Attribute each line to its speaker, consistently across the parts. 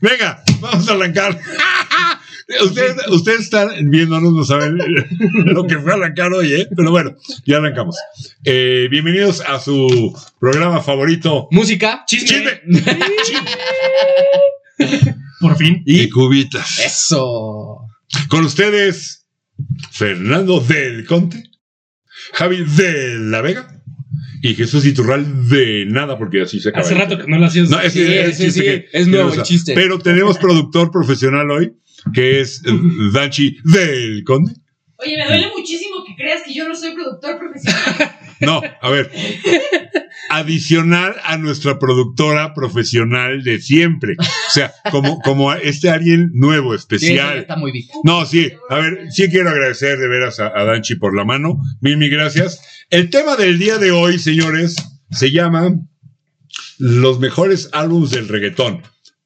Speaker 1: Venga, vamos a arrancar. ustedes, ustedes están viéndonos, no saben lo que fue arrancar hoy, ¿eh? Pero bueno, ya arrancamos. Eh, bienvenidos a su programa favorito.
Speaker 2: Música, chisme.
Speaker 1: Chisme.
Speaker 3: Por fin.
Speaker 1: Y cubitas.
Speaker 2: Eso.
Speaker 1: Con ustedes, Fernando del Conte, Javi de la Vega y Jesús Iturral de nada, porque así se acaba.
Speaker 3: Hace rato que no lo hacías.
Speaker 1: No, es,
Speaker 2: Sí,
Speaker 1: es,
Speaker 2: sí,
Speaker 1: chiste
Speaker 2: sí,
Speaker 1: que-
Speaker 2: es
Speaker 1: que
Speaker 2: nuevo
Speaker 1: usa.
Speaker 2: el chiste.
Speaker 1: Pero tenemos productor profesional hoy, que es eh, Danchi del Conde.
Speaker 4: Oye, me duele muchísimo que creas que yo no soy productor profesional.
Speaker 1: No, a ver. Adicional a nuestra productora profesional de siempre. O sea, como, como este alguien nuevo,
Speaker 2: Sí, esa
Speaker 1: especial.
Speaker 2: está muy bien.
Speaker 1: No, sí, a ver, sí quiero agradecer de veras a, a Danchi por la mano. Mil, mil gracias. El tema del día de hoy, señores, se llama Los mejores álbumes del reggaetón.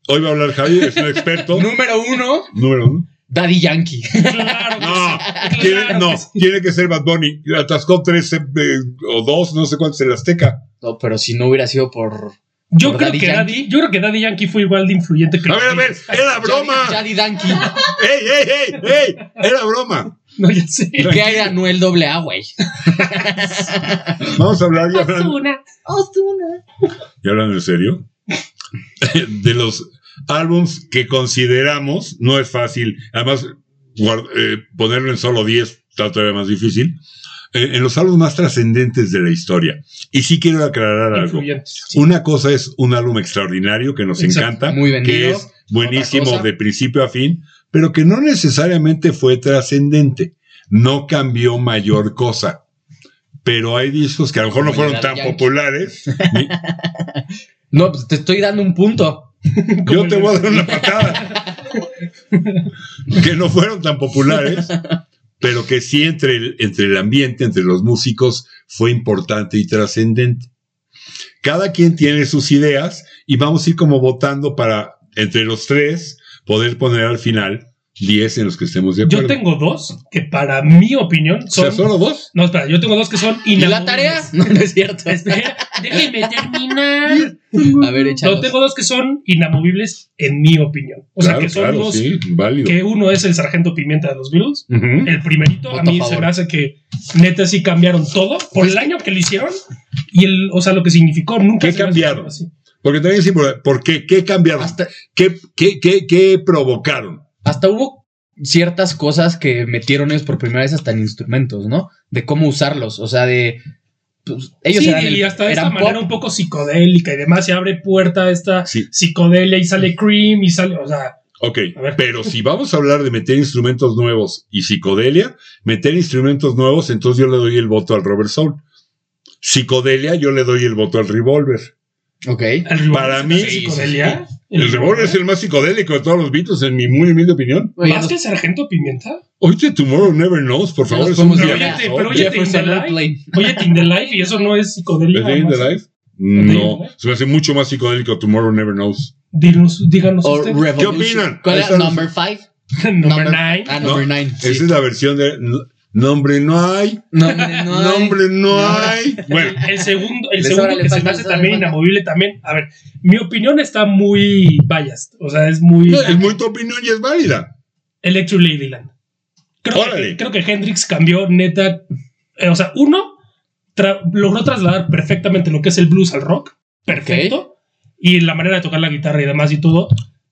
Speaker 1: Hoy va a hablar Javi, es un experto.
Speaker 2: Número uno,
Speaker 1: Número uno.
Speaker 2: Daddy Yankee.
Speaker 3: Claro.
Speaker 1: No, tiene, no, tiene que ser Bad Bunny. Atascó tres eh, o dos, no sé cuántos, el Azteca.
Speaker 2: No, pero si no hubiera sido por.
Speaker 3: Yo
Speaker 2: Por
Speaker 3: creo,
Speaker 2: Daddy
Speaker 3: que
Speaker 2: Yankee.
Speaker 3: Daddy, yo creo que Daddy Yankee fue igual de influyente que
Speaker 1: A ver, a ver, era broma.
Speaker 2: Daddy Yankee.
Speaker 1: ¡Ey, ey, ey, ey! Era broma.
Speaker 3: No, ya sé.
Speaker 2: ¿Qué hay de Anuel AA, güey?
Speaker 1: Vamos a hablar ya hablando,
Speaker 4: Osuna, Osuna.
Speaker 1: ya hablando en serio de los álbums que consideramos. No es fácil. Además, guard- eh, ponerlo en solo 10 está todavía más difícil. Eh, en los álbumes más trascendentes de la historia. Y sí quiero aclarar algo.
Speaker 3: Influyentes.
Speaker 1: Sí. Una cosa es un álbum extraordinario que nos
Speaker 3: Exacto.
Speaker 1: encanta,
Speaker 2: Muy vendido.
Speaker 1: que es
Speaker 2: Otra
Speaker 1: buenísimo
Speaker 2: cosa.
Speaker 1: de principio a fin, pero que no necesariamente fue trascendente, no cambió mayor cosa. Pero hay discos que a lo mejor no
Speaker 2: Como el
Speaker 1: fueron
Speaker 2: Daddy
Speaker 1: tan
Speaker 2: Yankee.
Speaker 1: populares.
Speaker 2: No, pues te estoy dando un punto.
Speaker 3: Como
Speaker 1: Yo
Speaker 3: el
Speaker 1: te
Speaker 3: de-
Speaker 1: voy a dar una patada. que no fueron tan populares, pero que sí entre el, entre el ambiente, entre los músicos, fue importante y trascendente. Cada quien tiene sus ideas y vamos a ir como votando para, entre los tres, poder poner al final 10 en los que estemos de acuerdo.
Speaker 3: Yo tengo dos que para mi opinión
Speaker 1: O sea,
Speaker 3: son...
Speaker 1: solo dos.
Speaker 3: No, espera, yo tengo dos que son
Speaker 2: ¿Y
Speaker 3: inamovibles.
Speaker 2: la tarea? No, no es cierto.
Speaker 3: Espera, déjeme terminar.
Speaker 2: A ver, échalos.
Speaker 3: No, tengo dos que son inamovibles en mi opinión. O sea,
Speaker 1: claro,
Speaker 3: que son
Speaker 1: claro,
Speaker 3: dos...
Speaker 1: sí, válido.
Speaker 3: Que uno es el Sargento Pimienta de los Beatles.
Speaker 1: Ujú.
Speaker 3: El primerito
Speaker 2: Voto
Speaker 3: a mí
Speaker 2: a
Speaker 3: se
Speaker 2: favor.
Speaker 3: me hace que neta sí cambiaron todo por el año que lo hicieron y el, o sea, lo que significó nunca.
Speaker 1: ¿Qué
Speaker 3: se me hace
Speaker 1: cambiaron?
Speaker 3: así.
Speaker 1: Porque también es importante, ¿por qué? ¿Qué cambiaron?
Speaker 2: Hasta,
Speaker 1: ¿Qué, qué, qué, qué provocaron?
Speaker 2: hasta hubo ciertas cosas que metieron ellos por primera vez hasta en instrumentos, ¿no? De cómo usarlos. O sea, de. pues, ellos
Speaker 3: sí,
Speaker 2: eran
Speaker 3: y
Speaker 2: el-
Speaker 3: hasta de esa
Speaker 2: eran
Speaker 3: manera
Speaker 2: pop.
Speaker 3: un poco psicodélica y demás se abre puerta a esta
Speaker 1: Sí.
Speaker 3: psicodelia y sale Cream y sale, o sea,
Speaker 1: Ok,
Speaker 3: A ver.
Speaker 1: pero si vamos a hablar de meter instrumentos nuevos y psicodelia, meter instrumentos nuevos, entonces yo le doy el voto al Robert Soul. Psicodelia, yo le doy el voto al Revolver.
Speaker 2: Ok.
Speaker 3: el revólver
Speaker 1: Para
Speaker 3: se me
Speaker 1: mí-
Speaker 3: hace psicodelia.
Speaker 1: El Revolver es el más psicodélico de todos los Beatles, en mi muy humilde opinión.
Speaker 2: Oye,
Speaker 3: más
Speaker 2: nos-
Speaker 3: que Sargento Pimienta.
Speaker 1: Oíste Tomorrow Never Knows, por favor,
Speaker 2: nos
Speaker 1: es un
Speaker 2: podemos
Speaker 3: Pero
Speaker 2: Ya,
Speaker 3: oye,
Speaker 1: viaje.
Speaker 3: pero oye,
Speaker 2: ya fue
Speaker 3: Tinder
Speaker 2: Solar
Speaker 3: Life.
Speaker 2: Plane.
Speaker 3: Oye, Tinder Life y eso no es
Speaker 1: ¿The
Speaker 3: psicodelia.
Speaker 1: Day in the
Speaker 3: más-
Speaker 1: Life?
Speaker 3: in the
Speaker 1: No,
Speaker 3: Life.
Speaker 1: se me hace mucho más psicodélico Tomorrow Never Knows.
Speaker 3: Dinos- díganos
Speaker 2: O
Speaker 3: usted.
Speaker 2: Revolution.
Speaker 1: ¿Qué opinan?
Speaker 2: ¿Cuál
Speaker 1: Ahí
Speaker 2: era?
Speaker 1: están los-
Speaker 2: Number 5.
Speaker 3: Number nine.
Speaker 2: Ah,
Speaker 1: No,
Speaker 2: number 9.
Speaker 1: Esa es la versión de n- Nombre no hay,
Speaker 2: Nombre no. hay.
Speaker 1: nombre no
Speaker 2: No.
Speaker 1: hay. Bueno,
Speaker 3: El segundo, el
Speaker 2: Les
Speaker 3: segundo
Speaker 2: órale,
Speaker 3: que se
Speaker 2: falta,
Speaker 3: me
Speaker 2: les
Speaker 3: hace
Speaker 2: órale,
Speaker 3: también
Speaker 2: falta.
Speaker 3: inamovible también. A ver, mi opinión está muy biased. O sea, es muy
Speaker 1: es muy tu opinión y es válida.
Speaker 3: Electro Ladyland. Creo
Speaker 1: Órale.
Speaker 3: que, creo que Hendrix cambió neta. eh, o sea, uno tra- logró trasladar perfectamente lo que es el blues al rock. Perfecto. Y la manera de tocar la guitarra y demás y todo.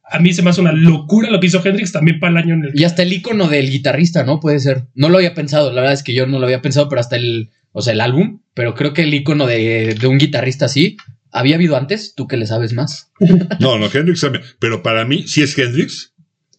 Speaker 3: A mí se me hace una locura lo que hizo Hendrix también para el año en el
Speaker 2: Y hasta el icono del guitarrista, ¿no? Puede ser. No lo había pensado, la verdad es que yo no lo había pensado, pero hasta el, o sea, el álbum, pero creo que el icono de, de un guitarrista así, ¿había habido antes? Tú que le sabes más.
Speaker 1: No, no, Hendrix también. Pero para mí, sí es Hendrix,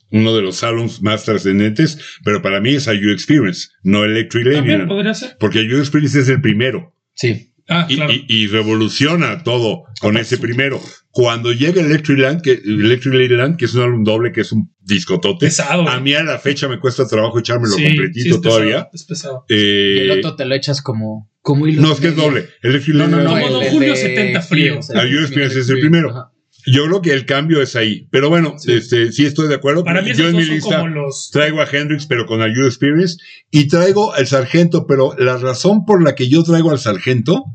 Speaker 1: uno de los álbumes más trascendentes, pero para mí es A You Experience, no Electric
Speaker 3: También
Speaker 1: Ladyland.
Speaker 3: podría ser.
Speaker 1: Porque A You Experience es el primero
Speaker 2: Sí.
Speaker 3: Ah,
Speaker 1: y,
Speaker 3: claro.
Speaker 1: y- y revoluciona todo con ese primero. Cuando llega Electric, Land, que, Electric Ladyland, que es un álbum doble, que es un discotote,
Speaker 3: pesado.
Speaker 1: a
Speaker 3: güey.
Speaker 1: mí a la fecha me cuesta trabajo echármelo
Speaker 3: Sí, sí,
Speaker 1: completito
Speaker 3: es pesado,
Speaker 1: todavía.
Speaker 3: Es pesado.
Speaker 1: Eh,
Speaker 2: Y el otro te lo echas como. como hilo
Speaker 1: no, es que es
Speaker 2: medio.
Speaker 1: doble. Electric
Speaker 2: No, no,
Speaker 1: Ladyland
Speaker 2: no.
Speaker 1: es
Speaker 3: Como
Speaker 2: el
Speaker 1: doble.
Speaker 3: Don
Speaker 2: de-
Speaker 3: Julio 70 frío.
Speaker 2: sí, o sea,
Speaker 1: Ah, yo experience es el
Speaker 2: frío.
Speaker 1: primero.
Speaker 2: Ajá.
Speaker 1: Yo creo que el cambio es ahí. Pero bueno,
Speaker 2: Sí.
Speaker 1: este, sí estoy de acuerdo.
Speaker 3: Para mí
Speaker 1: yo
Speaker 3: esos
Speaker 1: en
Speaker 3: dos
Speaker 1: mi
Speaker 3: son
Speaker 1: lista
Speaker 3: como los
Speaker 1: traigo a Hendrix, pero con ayuda Experience, y traigo al sargento, pero la razón por la que yo traigo al sargento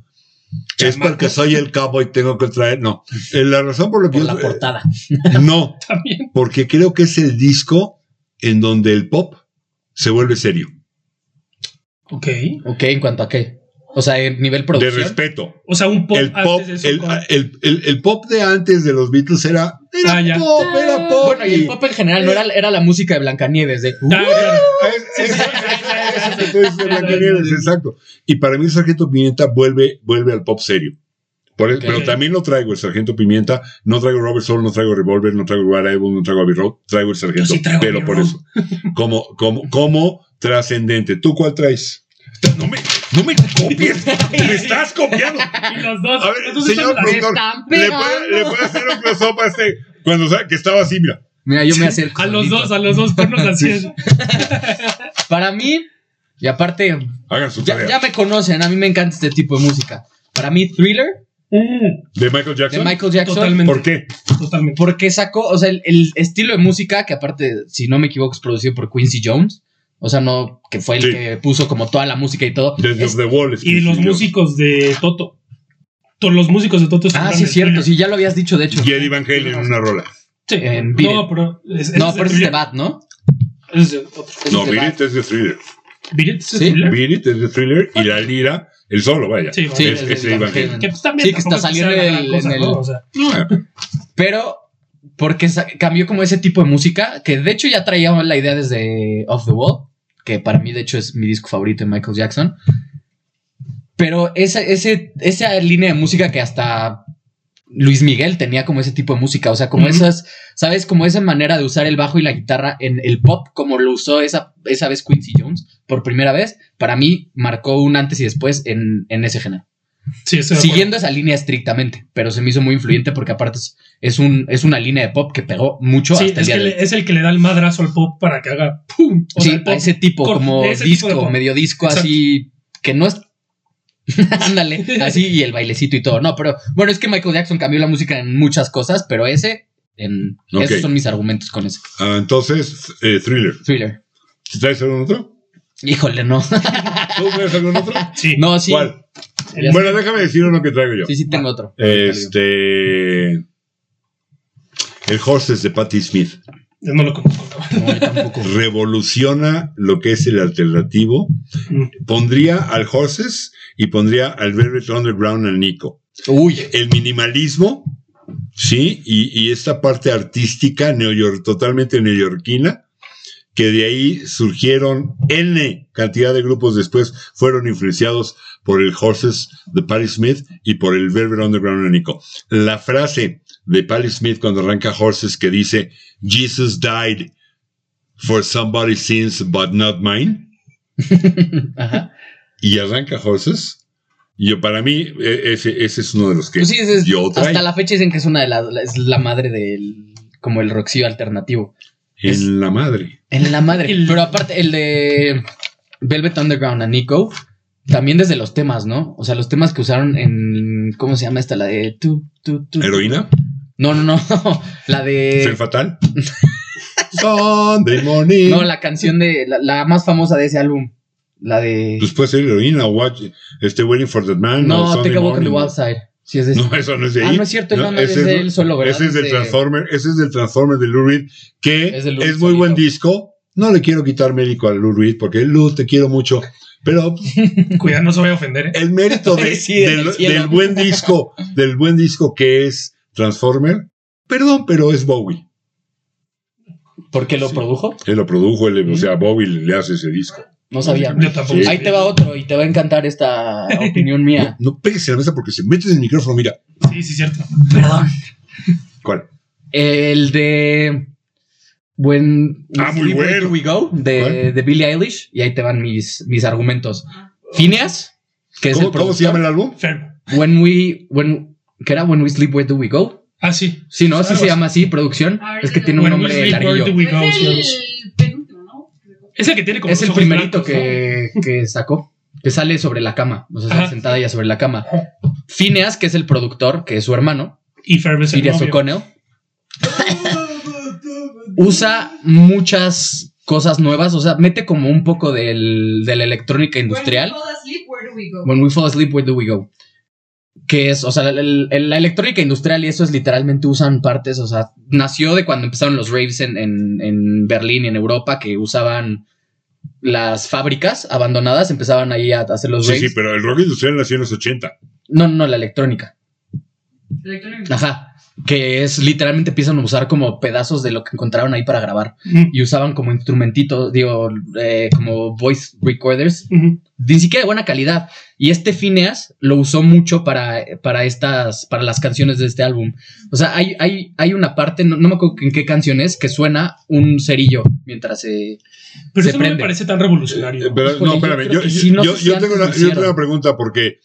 Speaker 1: Es porque soy el cowboy, tengo que traer. No, Eh, la razón por la que
Speaker 2: Por
Speaker 1: yo- eh,
Speaker 2: la portada.
Speaker 1: No,
Speaker 3: También.
Speaker 1: porque creo que es el disco en donde el pop se vuelve serio.
Speaker 3: Ok.
Speaker 2: Ok, ¿en cuanto a qué? O sea, en nivel
Speaker 1: De
Speaker 2: producción.
Speaker 1: respeto.
Speaker 3: O sea, un pop
Speaker 1: el pop,
Speaker 3: antes de eso.
Speaker 1: el,
Speaker 3: con-
Speaker 1: el- el- el pop de antes de los Beatles era, era
Speaker 3: Ah, ya.
Speaker 1: pop, era pop.
Speaker 2: Bueno, y el pop en general no era, era la música de Blancanieves. De,
Speaker 3: Ah, claro.
Speaker 1: Es- es-
Speaker 3: Sí, sí,
Speaker 1: es-
Speaker 3: sí, sí,
Speaker 1: es- es-
Speaker 3: sí,
Speaker 1: es-
Speaker 3: sí,
Speaker 1: Blancanieves,
Speaker 3: sí, sí.
Speaker 1: Exacto. Y para mí el Sargento Pimienta vuelve, vuelve al pop serio. Por el-
Speaker 2: Ok.
Speaker 1: Pero también lo traigo el Sargento Pimienta, no traigo Robert Soul, no traigo Revolver, no traigo Variable, no traigo Abbey Road, traigo el Sargento,
Speaker 3: sí traigo
Speaker 1: pero
Speaker 3: Abbey
Speaker 1: por
Speaker 3: Road.
Speaker 1: eso. Como, como, como trascendente. ¿Tú cuál traes? No me, no me copies, me estás copiando.
Speaker 3: Y los dos.
Speaker 1: Uh. A ver,
Speaker 3: los dos están
Speaker 1: señor,
Speaker 3: en la-
Speaker 1: pues, Le puede, le puede hacer un close up a este cuando sabe que estaba así, mira.
Speaker 2: Mira, yo me acerco.
Speaker 3: A los
Speaker 2: solito.
Speaker 3: dos, a los dos, ponnos así.
Speaker 2: Para mí, y aparte,
Speaker 1: Hagan su
Speaker 2: ya,
Speaker 1: tarea.
Speaker 2: ya me conocen, a mí me encanta este tipo de música. Para mí, Thriller
Speaker 3: Mm,
Speaker 1: De Michael
Speaker 2: de
Speaker 1: Jackson.
Speaker 2: Michael Jackson.
Speaker 3: totalmente.
Speaker 1: ¿Por qué?
Speaker 3: Totalmente.
Speaker 2: Porque sacó, o sea, el, el estilo de música, que aparte, si no me equivoco, es producido por Quincy Jones. O sea, no, que fue el
Speaker 1: Sí.
Speaker 2: que puso como toda la música y todo.
Speaker 1: Desde
Speaker 2: Es-
Speaker 1: The Wall. es
Speaker 3: Y los
Speaker 1: Quincy Jones.
Speaker 3: músicos de Toto. To- Los músicos de Toto
Speaker 2: ah,
Speaker 3: estuvieron
Speaker 2: sí,
Speaker 3: en
Speaker 2: cierto,
Speaker 3: el-
Speaker 2: sí, ya lo habías dicho, de hecho.
Speaker 1: Y Eddie Van Halen en una rola.
Speaker 3: Sí.
Speaker 2: en Beat
Speaker 3: No, pero. es-
Speaker 2: No,
Speaker 3: es-
Speaker 2: pero ese es de Bat, ¿no?
Speaker 3: es de Toto.
Speaker 2: Ese
Speaker 1: No,
Speaker 2: es de
Speaker 1: Beat
Speaker 2: Bad.
Speaker 1: It es de thriller.
Speaker 3: Beat It, ¿es
Speaker 2: Sí.
Speaker 3: thriller?
Speaker 1: Beat It es de thriller y la lira, el solo, vaya.
Speaker 3: Sí,
Speaker 2: Sí,
Speaker 1: es,
Speaker 2: es de
Speaker 1: es Eddie Van
Speaker 2: Van
Speaker 1: Halen.
Speaker 2: Halen.
Speaker 3: Que pues, también
Speaker 2: Sí, que
Speaker 3: tampoco
Speaker 2: está
Speaker 3: es sea
Speaker 2: saliendo
Speaker 3: la gran
Speaker 2: en el-
Speaker 3: cosa,
Speaker 2: en el-
Speaker 3: ¿no? O sea,
Speaker 1: No,
Speaker 2: Pero porque sa- cambió como ese tipo de música, que de hecho ya traía la idea desde Off the Wall, que para mí de hecho es mi disco favorito de Michael Jackson. Pero esa, ese, esa línea de música que hasta Luis Miguel tenía como ese tipo de música, o sea, como
Speaker 3: Ujú.
Speaker 2: esas, ¿sabes? Como esa manera de usar el bajo y la guitarra en el pop, como lo usó esa, esa vez Quincy Jones por primera vez, para mí marcó un antes y después en, en ese género
Speaker 3: sí, estoy de
Speaker 2: siguiendo esa línea estrictamente, pero se me hizo muy influyente porque aparte es, es un, es una línea de pop que pegó mucho
Speaker 3: acuerdo.
Speaker 2: hasta el
Speaker 3: Sí, es,
Speaker 2: día
Speaker 3: que
Speaker 2: de hoy.
Speaker 3: le- es el que le da el madrazo al pop para que haga ¡pum! O sea,
Speaker 2: Sí,
Speaker 3: el pop-
Speaker 2: a ese tipo,
Speaker 3: cor-
Speaker 2: como
Speaker 3: ese tipo
Speaker 2: disco,
Speaker 3: de pop.
Speaker 2: medio disco,
Speaker 3: Exacto.
Speaker 2: así que no es. Ándale, así y el bailecito y todo. No, pero bueno, es que Michael Jackson cambió la música en muchas cosas, pero ese, en,
Speaker 1: Ok.
Speaker 2: esos son mis argumentos con ese
Speaker 1: Ah, entonces, eh, thriller.
Speaker 2: thriller.
Speaker 1: ¿Te traes algún otro?
Speaker 2: Híjole, no.
Speaker 1: ¿Tú traes algún otro?
Speaker 3: Sí.
Speaker 2: no, sí.
Speaker 1: ¿Cuál?
Speaker 2: Ya
Speaker 1: Bueno, déjame decir uno que traigo yo.
Speaker 2: Sí, sí, tengo otro.
Speaker 1: Este. El Horses de Patti Smith
Speaker 3: Yo no lo conozco. la verdad.
Speaker 2: No, yo tampoco.
Speaker 1: revoluciona lo que es el alternativo.
Speaker 2: Mm.
Speaker 1: Pondría al Horses y pondría al Velvet Underground a Nico.
Speaker 2: Uy,
Speaker 1: el minimalismo, ¿sí? Y, y esta parte artística neoyor- totalmente neoyorquina, que de ahí surgieron N cantidad de grupos después, fueron influenciados por el Horses de Patti Smith y por el Velvet Underground de Nico. La frase de Patti Smith cuando arranca Horses que dice, Jesus died for somebody's sins but not mine
Speaker 2: ajá.
Speaker 1: y arranca Horses. Y Yo, para mí, e- ese, ese es uno de los que
Speaker 2: Pues sí, es- es-
Speaker 1: yo traigo.
Speaker 2: hasta la fecha dicen que es una de las, es la madre del, como el roxillo alternativo.
Speaker 1: en
Speaker 2: es-
Speaker 1: la madre.
Speaker 2: En la madre.
Speaker 3: El-
Speaker 2: Pero aparte, el de Velvet Underground a Nico, también desde los temas, ¿no? O sea, los temas que usaron en. ¿Cómo se llama esta? La de. Tú, tú, tú.
Speaker 1: ¿Heroína?
Speaker 2: No, no, no. La
Speaker 1: ¿Ser
Speaker 2: de.
Speaker 1: fatal? Sunday morning.
Speaker 2: No, la canción de. La, la más famosa de ese álbum. La de.
Speaker 1: Pues puede ser heroína o watch, este Waiting for That Man. o
Speaker 2: No,
Speaker 1: Sunday
Speaker 2: Take a Walk on the
Speaker 1: Morning.
Speaker 2: Wild Side. Sí, es de ese.
Speaker 1: No, eso no es de ahí.
Speaker 2: ah, no es cierto, no, no, es
Speaker 1: ese
Speaker 2: de él solo, ¿verdad?
Speaker 1: Ese es del
Speaker 2: de-
Speaker 1: Transformer, ese es del Transformer de Lou Reed, que
Speaker 2: Es
Speaker 1: es,
Speaker 2: de Lou Reed
Speaker 1: muy buen
Speaker 2: solito.
Speaker 1: disco. No le quiero quitar mérito a Lou Reed porque Lou te quiero mucho, pero
Speaker 3: Cuidado, no se vaya a ofender. ¿eh?
Speaker 1: el mérito de-
Speaker 2: Sí, en
Speaker 1: del,
Speaker 2: el cielo.
Speaker 1: del buen disco, del buen disco que es Transformer, perdón, pero es Bowie.
Speaker 2: ¿Por qué lo produjo?
Speaker 1: Él lo produjo, él- o sea, Bowie le le hace ese disco.
Speaker 2: No sabía.
Speaker 3: Yo tampoco.
Speaker 1: Sí.
Speaker 2: Ahí te va otro y te va a encantar esta opinión
Speaker 1: No,
Speaker 2: mía.
Speaker 1: no pegues en la mesa porque se mete en el micrófono, mira.
Speaker 3: Sí, sí, cierto.
Speaker 2: Perdón.
Speaker 1: ¿Cuál?
Speaker 2: El de When
Speaker 1: Ah, muy
Speaker 2: Sleep, Where
Speaker 1: bueno.
Speaker 2: Do We Go de,
Speaker 1: ¿Cuál?
Speaker 2: de Billie Eilish. Y ahí te van mis, mis argumentos. Phineas, que es
Speaker 1: ¿Cómo,
Speaker 2: el
Speaker 1: cómo se llama el álbum?
Speaker 3: Fair.
Speaker 2: When We. When, ¿Qué era? When We Sleep, Where Do We Go?
Speaker 3: Ah, sí.
Speaker 2: Sí, ¿no? Sí
Speaker 3: Algo
Speaker 2: se
Speaker 3: así.
Speaker 2: llama así, producción.
Speaker 4: A ver,
Speaker 2: Es que
Speaker 4: te
Speaker 2: tiene
Speaker 4: lo-
Speaker 2: un
Speaker 4: When We
Speaker 2: nombre
Speaker 3: Sleep, Where
Speaker 2: larguillo.
Speaker 3: Do We Go,
Speaker 4: Es
Speaker 3: sí,
Speaker 4: el penúltimo, ¿no?
Speaker 3: Es el que tiene como
Speaker 2: Es
Speaker 3: los
Speaker 2: el
Speaker 3: ojos
Speaker 2: primerito
Speaker 3: blancos,
Speaker 2: que, que sacó. Que sale sobre la cama. O sea,
Speaker 3: Ajá.
Speaker 2: sentada ya sobre la cama. Phineas, que es el productor, que es su hermano.
Speaker 3: ¿no? Y Ferb es el
Speaker 2: Sirius
Speaker 3: novio.
Speaker 2: O'Connell. Usa muchas cosas nuevas, o sea, mete como un poco del, de la electrónica industrial.
Speaker 4: When we fall asleep, where do we go?
Speaker 2: When we fall asleep, where do we go? que es, o sea, la, la- la electrónica industrial y eso es literalmente usan partes, o sea, nació de cuando empezaron los raves en, en- en Berlín y en Europa que usaban las fábricas abandonadas, empezaban ahí a hacer los
Speaker 1: Sí,
Speaker 2: raves.
Speaker 1: sí, pero el rock industrial nació en los 80.
Speaker 2: No, no, no, la electrónica.
Speaker 4: Electrónica.
Speaker 2: Ajá. Que es literalmente empiezan a usar como pedazos de lo que encontraron ahí para grabar.
Speaker 3: Mm,
Speaker 2: Y usaban como instrumentitos, digo, eh, como voice recorders
Speaker 3: ujú.
Speaker 2: ni siquiera de buena calidad. Y este Phineas lo usó mucho para, para estas, para las canciones de este álbum. O sea, hay, hay, hay una parte, no, no me acuerdo en qué canción es, que suena un cerillo mientras eh, se...
Speaker 3: Pero
Speaker 2: Se
Speaker 3: eso no me
Speaker 2: prende.
Speaker 3: parece tan revolucionario.
Speaker 1: Eh, pero-
Speaker 2: Híjole,
Speaker 1: no,
Speaker 2: yo
Speaker 1: espérame.
Speaker 2: creo
Speaker 1: Yo,
Speaker 2: que sí, no
Speaker 1: yo-
Speaker 2: sé
Speaker 1: yo
Speaker 2: si
Speaker 1: tengo,
Speaker 2: antes
Speaker 1: una,
Speaker 2: lo
Speaker 1: yo tengo
Speaker 2: hicieron.
Speaker 1: una pregunta porque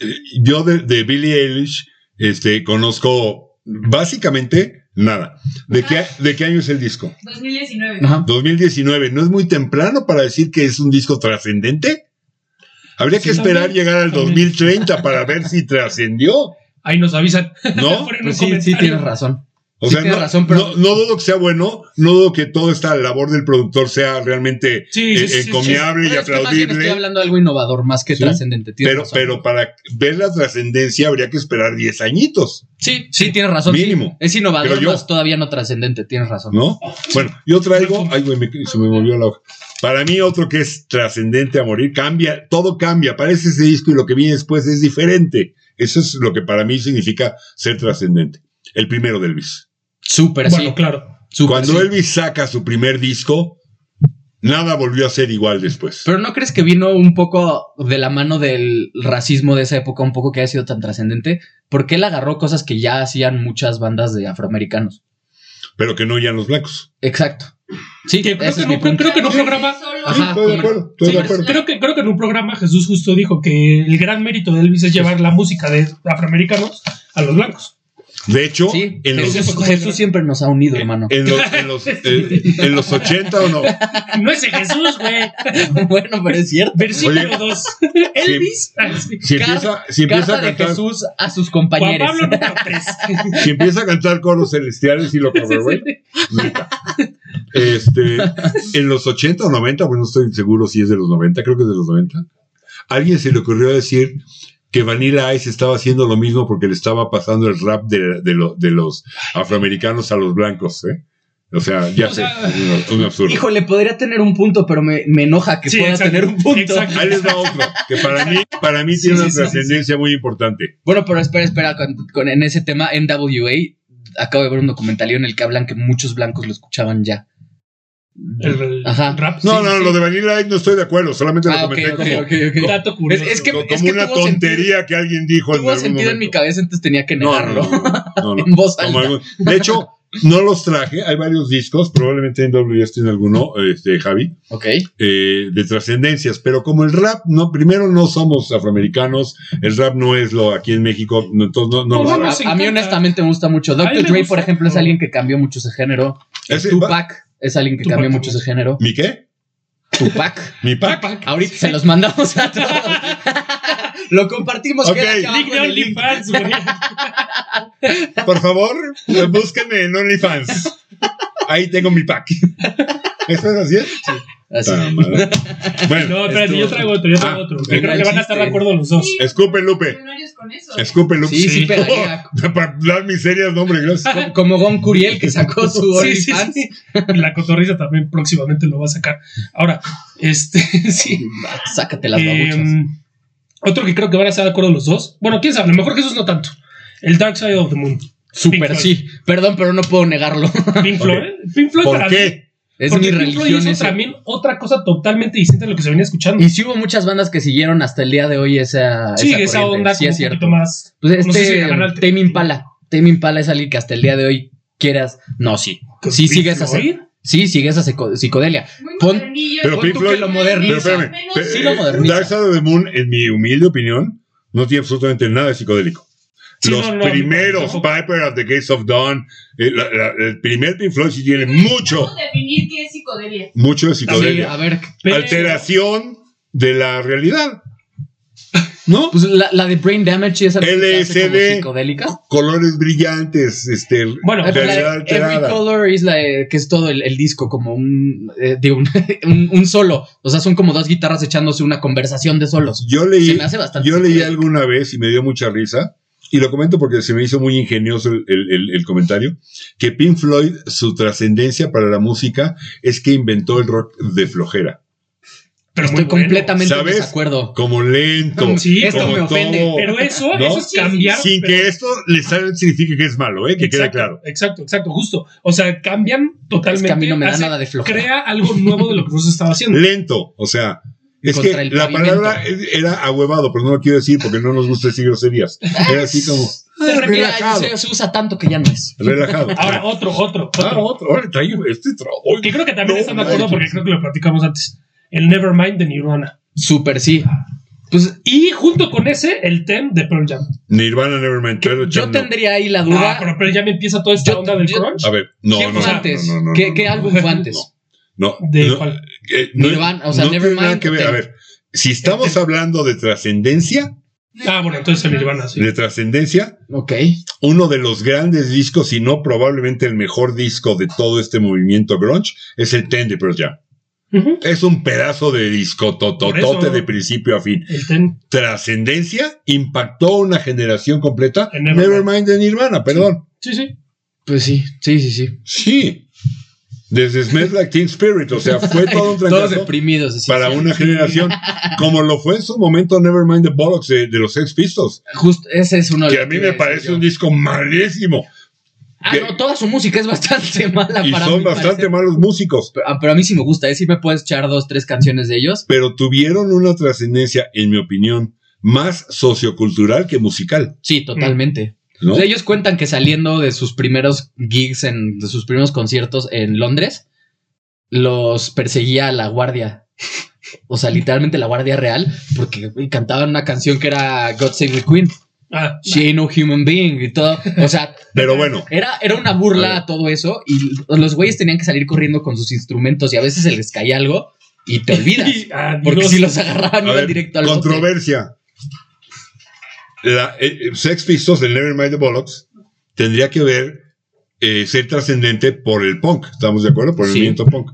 Speaker 1: eh, yo de, de Billie Eilish este, conozco básicamente nada. ¿De qué, ¿De qué año es el disco?
Speaker 4: 2019.
Speaker 2: Ajá.
Speaker 1: 2019. ¿No es muy temprano para decir que es un disco trascendente? Habría que
Speaker 3: Sí,
Speaker 1: esperar
Speaker 3: también,
Speaker 1: llegar al
Speaker 3: también.
Speaker 1: 2030 para ver si trascendió,
Speaker 3: Ahí nos avisan.
Speaker 1: ¿no?
Speaker 3: Ponen un
Speaker 2: Pues sí, sí,
Speaker 3: comentario.
Speaker 2: tienes razón.
Speaker 1: O
Speaker 2: Sí,
Speaker 1: sea,
Speaker 2: tienes
Speaker 1: no,
Speaker 2: razón, pero-
Speaker 1: no- no dudo que sea bueno, no dudo que toda esta labor del productor sea realmente eh,
Speaker 3: Sí, sí, sí, sí,
Speaker 1: encomiable y
Speaker 2: Pero es que más bien estoy
Speaker 1: aplaudible.
Speaker 2: hablando de algo innovador más que
Speaker 1: Sí,
Speaker 2: trascendente. tienes
Speaker 1: Pero,
Speaker 2: razón.
Speaker 1: pero para ver la trascendencia habría que esperar 10 añitos,
Speaker 2: Sí, sí, tienes razón. sí.
Speaker 1: Mínimo.
Speaker 2: Es innovador,
Speaker 1: Creo yo.
Speaker 2: más todavía no trascendente, tienes razón.
Speaker 1: ¿no? Bueno, yo traigo. Ay, güey, me- se me movió la hoja. Para mí, otro que es trascendente a morir, cambia, todo cambia. Parece ese disco y lo que viene después es diferente. Eso es lo que para mí significa ser trascendente. El primero de Elvis.
Speaker 2: Súper,
Speaker 3: Bueno,
Speaker 2: sí.
Speaker 3: claro.
Speaker 2: súper,
Speaker 1: Cuando
Speaker 2: sí.
Speaker 1: Elvis saca su primer disco, nada volvió a ser igual después.
Speaker 2: Pero ¿no crees que vino un poco de la mano del racismo de esa época, un poco que haya sido tan trascendente? Porque él agarró cosas que ya hacían muchas bandas de afroamericanos.
Speaker 1: Pero que no oían los blancos.
Speaker 2: Exacto. Sí,
Speaker 3: Que creo
Speaker 2: ese
Speaker 3: que
Speaker 2: es
Speaker 3: no-
Speaker 2: mi punto.
Speaker 3: creo que no programa.
Speaker 4: Solo-
Speaker 1: Sí, estoy
Speaker 2: Ajá,
Speaker 1: de
Speaker 2: cómo no.
Speaker 1: acuerdo, estoy
Speaker 3: Sí,
Speaker 1: de acuerdo.
Speaker 3: Creo que, creo que en un programa Jesús justo dijo que el gran mérito de Elvis es llevar la música de afroamericanos a los blancos.
Speaker 1: De hecho,
Speaker 2: Sí,
Speaker 1: en los.
Speaker 2: Jesús, Jesús siempre nos ha
Speaker 3: Eh,
Speaker 2: unido, hermano.
Speaker 1: En los, en, los, eh, en los 80 o no.
Speaker 3: No es de Jesús, güey.
Speaker 2: bueno, pero es cierto.
Speaker 3: Versículo
Speaker 1: Oye.
Speaker 3: 2. Elvis. Ah, sí.
Speaker 1: Si empieza, si empieza
Speaker 2: Carta
Speaker 1: a
Speaker 2: de
Speaker 1: cantar.
Speaker 2: Jesús a sus
Speaker 3: Juan
Speaker 2: compañeros.
Speaker 3: Pablo número 3.
Speaker 1: Si empieza a cantar coros celestiales y lo cover, güey. neta. Este, en los 80 o 90, bueno, no estoy seguro si es de los 90, creo que es de los 90. Alguien se le ocurrió decir que Vanilla Ice estaba haciendo lo mismo porque le estaba pasando el rap de, de lo- de los afroamericanos a los blancos, ¿eh? O sea, ya
Speaker 3: O
Speaker 1: sé,
Speaker 3: sea,
Speaker 1: es un, un absurdo.
Speaker 2: Híjole, podría tener un punto, pero me, me enoja que
Speaker 3: Sí,
Speaker 2: pueda
Speaker 3: exacto,
Speaker 2: tener un punto.
Speaker 3: exacto.
Speaker 1: Ahí les va otro, que para mí, para mí
Speaker 2: Sí,
Speaker 1: tiene
Speaker 2: sí,
Speaker 1: una
Speaker 2: sí,
Speaker 1: trascendencia muy importante.
Speaker 2: Bueno, pero espera, espera, con, con- en ese tema, NWA, acabo de ver un documental en el que hablan que muchos blancos lo escuchaban ya.
Speaker 3: El, el
Speaker 2: Ajá.
Speaker 3: rap.
Speaker 1: No,
Speaker 3: sí,
Speaker 1: no,
Speaker 3: sí.
Speaker 1: lo de Vanilla Ice no estoy de acuerdo, solamente lo
Speaker 2: Ah, ok,
Speaker 1: comenté
Speaker 2: ok,
Speaker 1: como,
Speaker 2: ok, ok.
Speaker 3: Dato curioso.
Speaker 2: Es- es que-
Speaker 1: como una
Speaker 2: tuvo sentido-
Speaker 1: tontería que alguien dijo en
Speaker 2: Tuvo
Speaker 1: algún
Speaker 2: sentido en mi
Speaker 1: momento.
Speaker 2: cabeza, entonces tenía que negarlo.
Speaker 1: No, no, no, no, no.
Speaker 2: en voz
Speaker 1: Como
Speaker 2: alta.
Speaker 1: algún- De hecho, no los traje. Hay varios discos, probablemente en WS tiene alguno, este, Javi,
Speaker 2: Ok.
Speaker 1: eh, de trascendencias. Pero como el rap, no, primero no somos afroamericanos, el rap no es lo aquí en México, no, entonces no, no
Speaker 3: No,
Speaker 1: nos
Speaker 2: A,
Speaker 3: no,
Speaker 1: va.
Speaker 3: nos
Speaker 2: a mí
Speaker 3: encanta.
Speaker 2: honestamente me gusta mucho.
Speaker 3: mí me
Speaker 2: Dr. Dre,
Speaker 3: gusta,
Speaker 2: por ejemplo, es
Speaker 3: pero-
Speaker 2: alguien que cambió mucho ese género.
Speaker 1: Ese- va-
Speaker 2: Tupac es alguien que
Speaker 3: Tupac
Speaker 2: cambió
Speaker 3: también.
Speaker 2: mucho ese género.
Speaker 1: ¿Mi qué?
Speaker 2: Tupac.
Speaker 1: ¿Mi pack?
Speaker 2: Ahorita se los mandamos a todos. Lo compartimos.
Speaker 1: Ok.
Speaker 2: queda aquí abajo
Speaker 3: Link de
Speaker 2: en el link.
Speaker 3: OnlyFans, güey.
Speaker 1: Por favor, búsquenme en OnlyFans. Ahí tengo mi pack. ¿Eso es así?
Speaker 2: Así.
Speaker 1: Puta madre. Bueno,
Speaker 3: No, espérate,
Speaker 2: Estuvo-
Speaker 3: yo traigo otro, yo traigo
Speaker 1: Ah,
Speaker 3: otro.
Speaker 1: venga,
Speaker 3: Que creo que van a estar de
Speaker 2: chiste.
Speaker 3: acuerdo los dos.
Speaker 1: Escupe, Lupe.
Speaker 4: Millonarios con eso.
Speaker 1: escupe, Lupe.
Speaker 2: Sí, sí,
Speaker 3: Sí.
Speaker 2: pegaría.
Speaker 1: Para dar miserias, no, hombre, gracias.
Speaker 2: Co- Como Gon Curiel que sacó su
Speaker 3: Sí, sí,
Speaker 2: OnlyFans.
Speaker 3: sí. La cotorriza también próximamente lo va a sacar. Ahora, este, sí.
Speaker 2: Sácate las
Speaker 3: Eh,
Speaker 2: babuchas.
Speaker 3: otro que creo que van a estar de acuerdo los dos. Bueno, quién sabe, a lo mejor Jesús no tanto. El Dark Side of the Moon.
Speaker 2: Super,
Speaker 3: Floyd.
Speaker 2: sí. Perdón, pero no puedo negarlo.
Speaker 3: Pink Floyd. ¿eh? Pink Floyd
Speaker 1: ¿Por
Speaker 3: para mí-
Speaker 1: qué?
Speaker 2: Es
Speaker 3: porque
Speaker 2: mi
Speaker 3: Pink Floyd
Speaker 2: religión.
Speaker 3: hizo
Speaker 2: ese.
Speaker 3: también otra cosa totalmente distinta a lo que se venía escuchando.
Speaker 2: Y sí hubo muchas bandas que siguieron hasta el día de hoy esa,
Speaker 3: sí, esa
Speaker 2: corriente.
Speaker 3: onda
Speaker 2: Sí,
Speaker 3: como
Speaker 2: es
Speaker 3: un
Speaker 2: cierto.
Speaker 3: poquito más.
Speaker 2: Pues
Speaker 3: no sé si
Speaker 2: este
Speaker 3: ganar el-
Speaker 2: Tame Impala. Tame Impala es alguien que hasta el día de hoy quieras. No, sí.
Speaker 3: ¿Con
Speaker 2: Sí,
Speaker 3: Pink
Speaker 2: sigue esa
Speaker 3: Floyd?
Speaker 2: Sí, sigue esa psico- psicodelia.
Speaker 4: Muy
Speaker 2: Pon-
Speaker 4: modernillo.
Speaker 1: pero
Speaker 4: Pon
Speaker 1: Pink
Speaker 4: tú
Speaker 1: Floyd-
Speaker 4: que
Speaker 2: lo moderniza.
Speaker 1: Pero
Speaker 4: menos-
Speaker 1: espérame,
Speaker 4: menos-
Speaker 1: pe- eh,
Speaker 2: sí lo moderniza.
Speaker 1: Dark Side of the Moon, en mi humilde opinión, no tiene absolutamente nada de psicodélico.
Speaker 3: Sí,
Speaker 1: Los
Speaker 3: no, no,
Speaker 1: primeros,
Speaker 3: tampoco.
Speaker 1: Piper at the Gates of Dawn, eh, la- la- el primer Pink Floyd sí tiene mucho,
Speaker 4: ¿Cómo definir qué es psicodelia?
Speaker 1: mucho de
Speaker 2: Sí,
Speaker 1: psicodelia.
Speaker 2: a ver.
Speaker 3: Pero-
Speaker 1: Alteración de la realidad. ¿No?
Speaker 2: Pues la, la de Brain Damage y esa que se hace como
Speaker 1: LSD.
Speaker 2: psicodélica.
Speaker 1: Colores brillantes, este,
Speaker 3: Bueno,
Speaker 2: Ah, pero la de
Speaker 1: realidad
Speaker 2: Every
Speaker 1: alterada.
Speaker 2: Color es la de- que es todo el, el disco, como un, eh, digo, un, un- un solo. O sea, son como dos guitarras echándose una conversación de solos.
Speaker 1: Yo
Speaker 2: Se
Speaker 1: leí,
Speaker 2: me hace bastante.
Speaker 1: yo leí
Speaker 2: psicodélico.
Speaker 1: alguna vez y me dio mucha risa y lo comento porque se me hizo muy ingenioso el, el- el- el comentario, que Pink Floyd, su trascendencia para la música es que inventó el rock de flojera.
Speaker 3: Pero
Speaker 2: Estoy
Speaker 3: muy bueno.
Speaker 2: completamente en
Speaker 1: ¿Sabes?
Speaker 2: desacuerdo.
Speaker 1: Como lento.
Speaker 3: Sí,
Speaker 2: Esto
Speaker 1: como
Speaker 2: me ofende,
Speaker 1: todo.
Speaker 3: Pero eso,
Speaker 1: ¿No?
Speaker 3: eso es cambiar.
Speaker 1: Sin
Speaker 3: pero-
Speaker 1: que esto necesariamente signifique que es malo, ¿eh? que quede
Speaker 3: Exacto,
Speaker 1: claro.
Speaker 3: Exacto, exacto, justo. O sea, cambian
Speaker 2: Es
Speaker 3: totalmente.
Speaker 2: que a mí no me da
Speaker 3: hace-
Speaker 2: nada de flojera.
Speaker 3: Crea algo nuevo de lo que no se estaba haciendo.
Speaker 1: Lento, o sea. Es
Speaker 2: Contra
Speaker 1: que
Speaker 2: el
Speaker 1: la
Speaker 2: pavimento.
Speaker 1: palabra era ahuevado, pero no lo quiero decir porque no nos gusta decir groserías. Era así como
Speaker 2: Se,
Speaker 1: "Ah,
Speaker 2: repite,
Speaker 1: relajado,
Speaker 2: se- se usa tanto que ya no es.
Speaker 1: relajado.
Speaker 3: Ahora, otro, otro, otro.
Speaker 1: Ah, otro, ahora trae este trabajo.
Speaker 3: Que creo que también
Speaker 1: No,
Speaker 3: están de
Speaker 1: no,
Speaker 3: acuerdo
Speaker 1: no,
Speaker 3: porque
Speaker 1: no.
Speaker 3: creo que lo platicamos antes. El Nevermind de Nirvana.
Speaker 2: Súper sí. Pues
Speaker 3: Y junto con ese, el TEM de Pearl Jam.
Speaker 1: Nirvana Nevermind. Claro,
Speaker 2: yo
Speaker 1: Chan, no.
Speaker 2: tendría ahí la
Speaker 3: Ah,
Speaker 2: duda.
Speaker 3: pero Pearl Jam empieza toda esta
Speaker 2: Yo-
Speaker 3: onda del
Speaker 2: yo-
Speaker 3: crunch.
Speaker 1: A ver, no,
Speaker 2: ¿Qué
Speaker 1: no,
Speaker 2: fue
Speaker 1: no,
Speaker 2: antes?
Speaker 1: no, no, no,
Speaker 2: ¿Qué,
Speaker 1: no,
Speaker 2: qué
Speaker 1: no,
Speaker 2: álbum
Speaker 1: no,
Speaker 2: fue antes?
Speaker 1: No,
Speaker 3: ¿De
Speaker 1: no,
Speaker 3: cuál?
Speaker 1: eh, no,
Speaker 2: Nirvana, o sea,
Speaker 1: no tiene
Speaker 2: Nevermind, eh,
Speaker 1: nada que ver. A ver, si estamos hablando de trascendencia,
Speaker 3: Ah, bueno, entonces el Nirvana, sí.
Speaker 1: de trascendencia,
Speaker 2: Ok.
Speaker 1: uno de los grandes discos, si no probablemente el mejor disco de todo este movimiento grunge, es el Ten de Pearl Jam.
Speaker 3: Ujú.
Speaker 1: Es un pedazo de disco
Speaker 3: Por
Speaker 1: tototote
Speaker 3: eso.
Speaker 1: de principio a fin.
Speaker 3: El TEM.
Speaker 1: Trascendencia impactó una generación completa.
Speaker 3: En Nevermind.
Speaker 1: Nevermind de Nirvana, perdón.
Speaker 3: Sí, sí.
Speaker 2: Pues sí, sí, sí, sí.
Speaker 1: Sí. Desde Smells Like Teen Spirit, o sea, fue todo un
Speaker 2: Todos
Speaker 1: trancazo
Speaker 2: deprimidos. así,
Speaker 1: para
Speaker 2: sí.
Speaker 1: una generación, como lo fue en su momento Nevermind the Bollocks de, de los Sex Pistols,
Speaker 2: Justo, ese es uno de
Speaker 1: que
Speaker 2: los
Speaker 1: a mí
Speaker 2: que
Speaker 1: me
Speaker 2: iba decir
Speaker 1: parece
Speaker 2: yo.
Speaker 1: un disco malísimo
Speaker 2: Ah,
Speaker 1: que-
Speaker 2: no, toda su música es bastante mala
Speaker 1: y
Speaker 2: para
Speaker 1: son
Speaker 2: mi
Speaker 1: bastante
Speaker 2: parecer.
Speaker 1: malos músicos,
Speaker 2: Pero, ah, pero a mí sí me gusta, ¿eh? Sí me puedes echar dos, tres canciones de ellos.
Speaker 1: pero tuvieron una trascendencia, en mi opinión, más sociocultural que musical,
Speaker 2: Sí, totalmente.
Speaker 1: ¿no?
Speaker 2: O sea, Pues ellos cuentan que saliendo de sus primeros gigs, en, de sus primeros conciertos en Londres, los perseguía la guardia. O sea, literalmente la guardia real, porque güey, cantaban una canción que era God Save the Queen,
Speaker 3: Ah,
Speaker 2: She Ain't No Human Being y todo. O sea,
Speaker 1: Pero bueno,
Speaker 2: era, era una burla a todo eso y los güeyes tenían que salir corriendo con sus instrumentos y a veces se les caía algo y te olvidas.
Speaker 3: ah,
Speaker 2: Porque
Speaker 3: Dios.
Speaker 2: si los
Speaker 1: a
Speaker 2: agarraban iban
Speaker 1: ver,
Speaker 2: directo al bote.
Speaker 1: controversia. La, eh, eh, Sex Pistols del Nevermind the Bollocks tendría que ver, eh, ser trascendente por el punk, ¿estamos de acuerdo? Por el
Speaker 2: Sí.
Speaker 1: movimiento punk.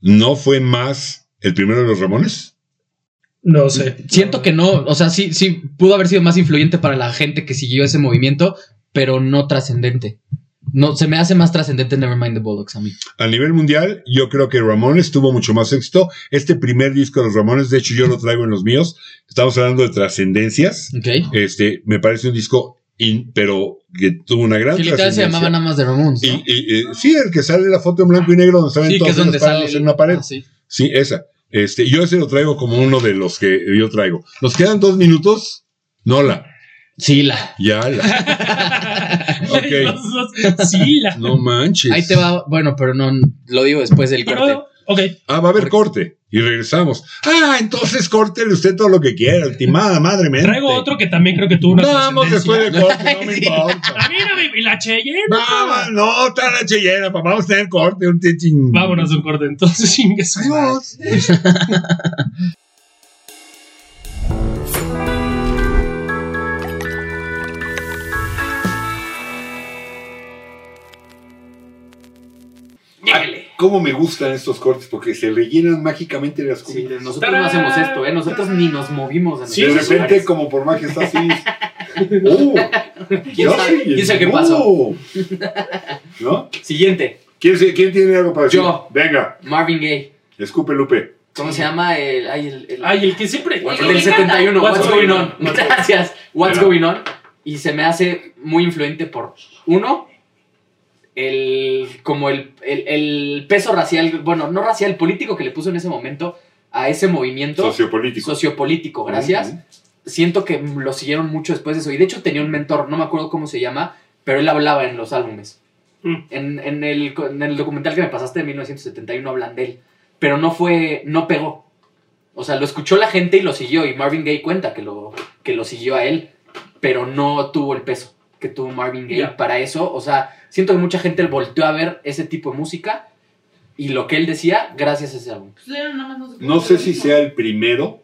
Speaker 1: ¿No fue más el primero de los Ramones?
Speaker 3: No sé.
Speaker 2: Siento que no, o sea, sí, sí, pudo haber sido más influyente para la gente que siguió ese movimiento, pero no trascendente. No, se me hace más trascendente Nevermind the Bollocks a mí.
Speaker 1: A nivel mundial, yo creo que Ramones tuvo mucho más éxito. Este primer disco de los Ramones, de hecho, yo lo traigo en los míos. Estamos hablando de trascendencias.
Speaker 2: ¿Ok?
Speaker 1: Este, me parece un disco, in- pero que tuvo una gran
Speaker 2: Que literal se
Speaker 1: trascendencia.
Speaker 2: llamaba nada más The Ramones,
Speaker 1: Y,
Speaker 2: ¿no?
Speaker 1: y, eh, sí, el que sale la foto en blanco y negro donde salen
Speaker 2: sí, que
Speaker 1: todos
Speaker 2: es donde
Speaker 1: los parados
Speaker 2: sale
Speaker 1: en una pared.
Speaker 2: Ah, sí.
Speaker 1: Sí, esa. Este, yo ese lo traigo como uno de los que yo traigo. Nos quedan dos minutos. Nola.
Speaker 2: Sí, la.
Speaker 1: Ya la. Ok.
Speaker 3: Los dos. Sí, la.
Speaker 1: No manches.
Speaker 2: Ahí te va, bueno, pero no lo digo después del corte.
Speaker 3: Pero, ok.
Speaker 1: Ah, va a haber corte. Y regresamos. Ah, entonces córtele usted todo lo que quiera, ultimada madre mía.
Speaker 3: Traigo otro que también creo que tuvo una
Speaker 1: Vamos después
Speaker 3: trascendencia.
Speaker 1: del corte, no me
Speaker 2: Sí.
Speaker 1: importa.
Speaker 3: A mí no me- y la Cheyenne.
Speaker 1: Vamos, no, tan la chillera, papá. Vamos a tener corte, un tichín.
Speaker 3: Vámonos de un corte, entonces chingue su madre.
Speaker 1: Adiós.
Speaker 3: Dígale.
Speaker 1: ¿Cómo me gustan estos cortes? Porque se rellenan mágicamente las comidas.
Speaker 2: nosotros no hacemos esto, ¿eh? Nosotros ni nos movimos.
Speaker 3: Sí,
Speaker 1: de
Speaker 3: sí, sí.
Speaker 1: repente, como por magia, está así. ¡Uh!
Speaker 2: ¿Quién sabe?
Speaker 1: Ay,
Speaker 2: ¿Quién sabe qué
Speaker 1: no.
Speaker 2: pasó?
Speaker 1: ¡Oh! ¿No?
Speaker 2: Siguiente,
Speaker 1: ¿Quién, se- quién tiene algo para decir?
Speaker 2: Yo.
Speaker 1: Venga,
Speaker 2: Marvin Gaye.
Speaker 1: escupe, Lupe.
Speaker 2: ¿Cómo se llama? El, ay, el, el-
Speaker 3: Ay, el que siempre.
Speaker 4: What's
Speaker 2: El
Speaker 4: Me
Speaker 2: del
Speaker 4: encanta.
Speaker 2: 71, What's,
Speaker 3: What's
Speaker 2: Going
Speaker 3: going
Speaker 2: On.
Speaker 3: on? What's
Speaker 2: Gracias, What's
Speaker 1: Yeah.
Speaker 2: Going On. Y se me hace muy influente por, uno, el, como el, el- el peso racial, bueno, no racial, político que le puso en ese momento a ese movimiento
Speaker 1: Sociopolítico.
Speaker 2: sociopolítico, gracias.
Speaker 1: Ujú.
Speaker 2: Siento que lo siguieron mucho después de eso. Y de hecho tenía un mentor, no me acuerdo cómo se llama, pero él hablaba en los álbumes.
Speaker 3: Mm.
Speaker 2: En, en el, en el documental que me pasaste de 1971 hablan de él. Pero no fue, no pegó. O sea, lo escuchó la gente y lo siguió. Y Marvin Gaye cuenta que lo, que lo siguió a él. Pero no tuvo el peso que tuvo Marvin Gaye
Speaker 3: Ya.
Speaker 2: para eso. O sea, siento que mucha gente volteó a ver ese tipo de música y lo que él decía gracias a ese álbum.
Speaker 4: Pues era nada más nosotros.
Speaker 1: No sé si sea el primero,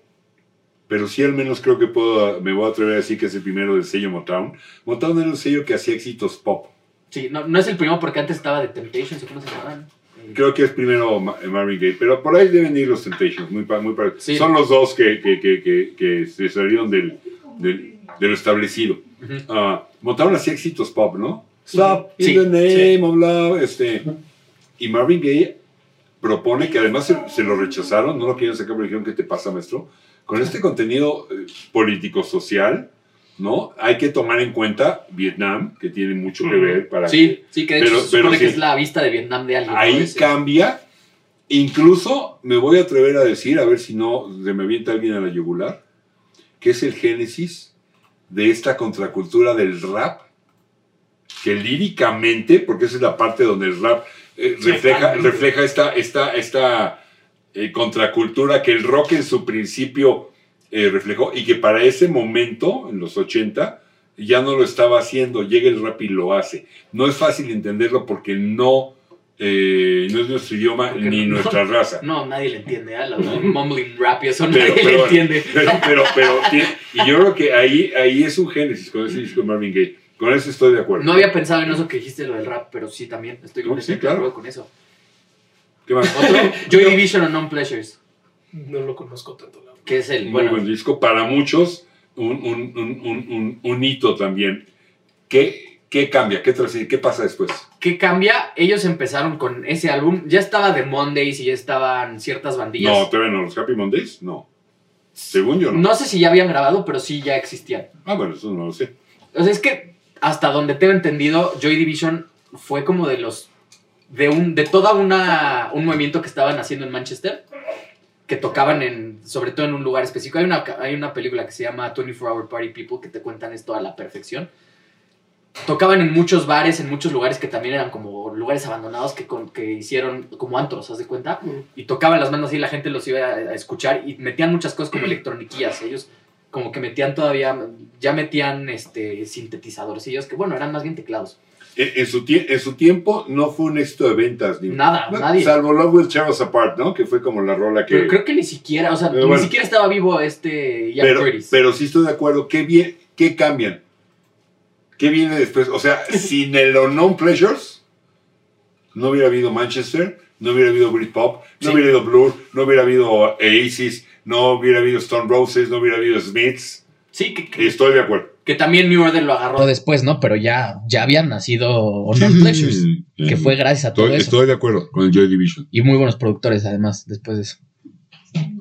Speaker 1: pero sí al menos creo que puedo, me voy a atrever a decir que es el primero del sello Motown. Motown era un sello que hacía éxitos pop.
Speaker 2: Sí, no, no es el primero porque antes estaba The Temptations o cómo se llamaban.
Speaker 1: Creo que es primero Ma- eh, Marvin Gaye, pero por ahí deben ir los Temptations. Muy pa- muy pa-
Speaker 2: Sí.
Speaker 1: Son los dos que, que- que- que- que se salieron del, del- de lo establecido. ah, montaron así éxitos pop, ¿no? Stop in
Speaker 2: Sí,
Speaker 1: the name of love. Este, y Marvin Gaye propone que además se, se lo rechazaron, no lo quieren sacar, pero dijeron, ¿qué te pasa, maestro? Con este contenido eh, político-social, ¿no? Hay que tomar en cuenta Vietnam, que tiene mucho que ver para que
Speaker 5: Sí, sí, que de hecho
Speaker 1: Pero-
Speaker 5: se
Speaker 1: pero
Speaker 5: supone que
Speaker 1: sí.
Speaker 5: es la vista de Vietnam de alguien. ¿no?
Speaker 1: Ahí
Speaker 5: Ese.
Speaker 1: cambia. Incluso me voy a atrever a decir, a ver si no se me avienta alguien a la yugular, que es el génesis de esta contracultura del rap, que líricamente, porque esa es la parte donde el rap eh, refleja,
Speaker 5: Totalmente.
Speaker 1: refleja esta, esta, esta eh, contracultura que el rock en su principio eh, reflejó y que para ese momento, en los 80, ya no lo estaba haciendo, llega el rap y lo hace. No es fácil entenderlo porque no, eh, no es nuestro idioma
Speaker 5: Porque
Speaker 1: ni
Speaker 5: no.
Speaker 1: nuestra raza.
Speaker 5: No, nadie le entiende, ¿eh? Lo de mumbling rap y eso
Speaker 1: Pero,
Speaker 5: nadie
Speaker 1: pero,
Speaker 5: le entiende.
Speaker 1: Pero, pero, pero tiene- y yo creo que ahí, ahí es un génesis con ese disco de Marvin Gaye. Con eso estoy de acuerdo.
Speaker 5: No había pensado en eso que dijiste, lo del rap, pero sí también. Estoy
Speaker 1: No,
Speaker 5: completamente
Speaker 1: sí, claro.
Speaker 5: de acuerdo con eso.
Speaker 1: ¿Qué más?
Speaker 5: Otro, Joy Division o Non Pleasures,
Speaker 3: No lo conozco tanto. la verdad.
Speaker 5: que es el.
Speaker 1: Muy
Speaker 5: Bueno,
Speaker 1: buen disco. Para muchos, un, un- un- un- un- un hito también. ¿Qué, qué cambia? ¿Qué, trasciende? ¿Qué pasa después?
Speaker 5: ¿qué cambia? Ellos empezaron con ese álbum. Ya estaba The Mondays y ya estaban ciertas bandillas.
Speaker 1: No, todavía no. ¿Los Happy Mondays? No. Según yo, no.
Speaker 5: No sé si ya habían grabado, pero sí ya existían.
Speaker 1: Ah, bueno, eso no lo sé.
Speaker 5: O sea, es que hasta donde tengo entendido, Joy Division fue como de los. de un. de toda una. un movimiento que estaban haciendo en Manchester. Que tocaban en. sobre todo en un lugar específico. Hay una, hay una película que se llama 24 Hour Party People que te cuentan esto a la perfección. Tocaban en muchos bares, en muchos lugares que también eran como lugares abandonados que, con- que hicieron como antros, ¿haz de cuenta? Y tocaban las bandas y la gente los iba a, a escuchar y metían muchas cosas como electroniquillas. Ellos como que metían todavía, ya metían este sintetizadores ellos que bueno, eran más bien teclados.
Speaker 1: En, Eh, en su, tie- en su tiempo no fue un éxito de ventas. Ni
Speaker 5: Nada,
Speaker 1: No,
Speaker 5: nadie.
Speaker 1: Salvo Love Will Tear Us Apart, ¿no? Que fue como la rola que...
Speaker 5: Pero creo que ni siquiera, o sea,
Speaker 1: Pero
Speaker 5: ni
Speaker 1: bueno.
Speaker 5: siquiera estaba vivo este Ian
Speaker 1: pero,
Speaker 5: Curtis.
Speaker 1: pero sí estoy de acuerdo. ¿Qué, bien, ¿Qué cambian? ¿Qué viene después? O sea, sin el Unknown Pleasures, no hubiera habido Manchester, no hubiera habido Britpop, no
Speaker 5: Sí.
Speaker 1: hubiera habido Blur, no hubiera habido Oasis, no hubiera habido Stone Roses, no hubiera habido Smiths.
Speaker 5: sí, que, que-
Speaker 1: Estoy de acuerdo.
Speaker 5: que también New Order lo agarró.
Speaker 2: después, ¿no? Pero ya, ya habían nacido Honor Pleasures, que fue gracias a todo
Speaker 1: Estoy,
Speaker 2: eso.
Speaker 1: estoy de acuerdo con el Joy Division.
Speaker 2: Y muy buenos productores, además, después de eso.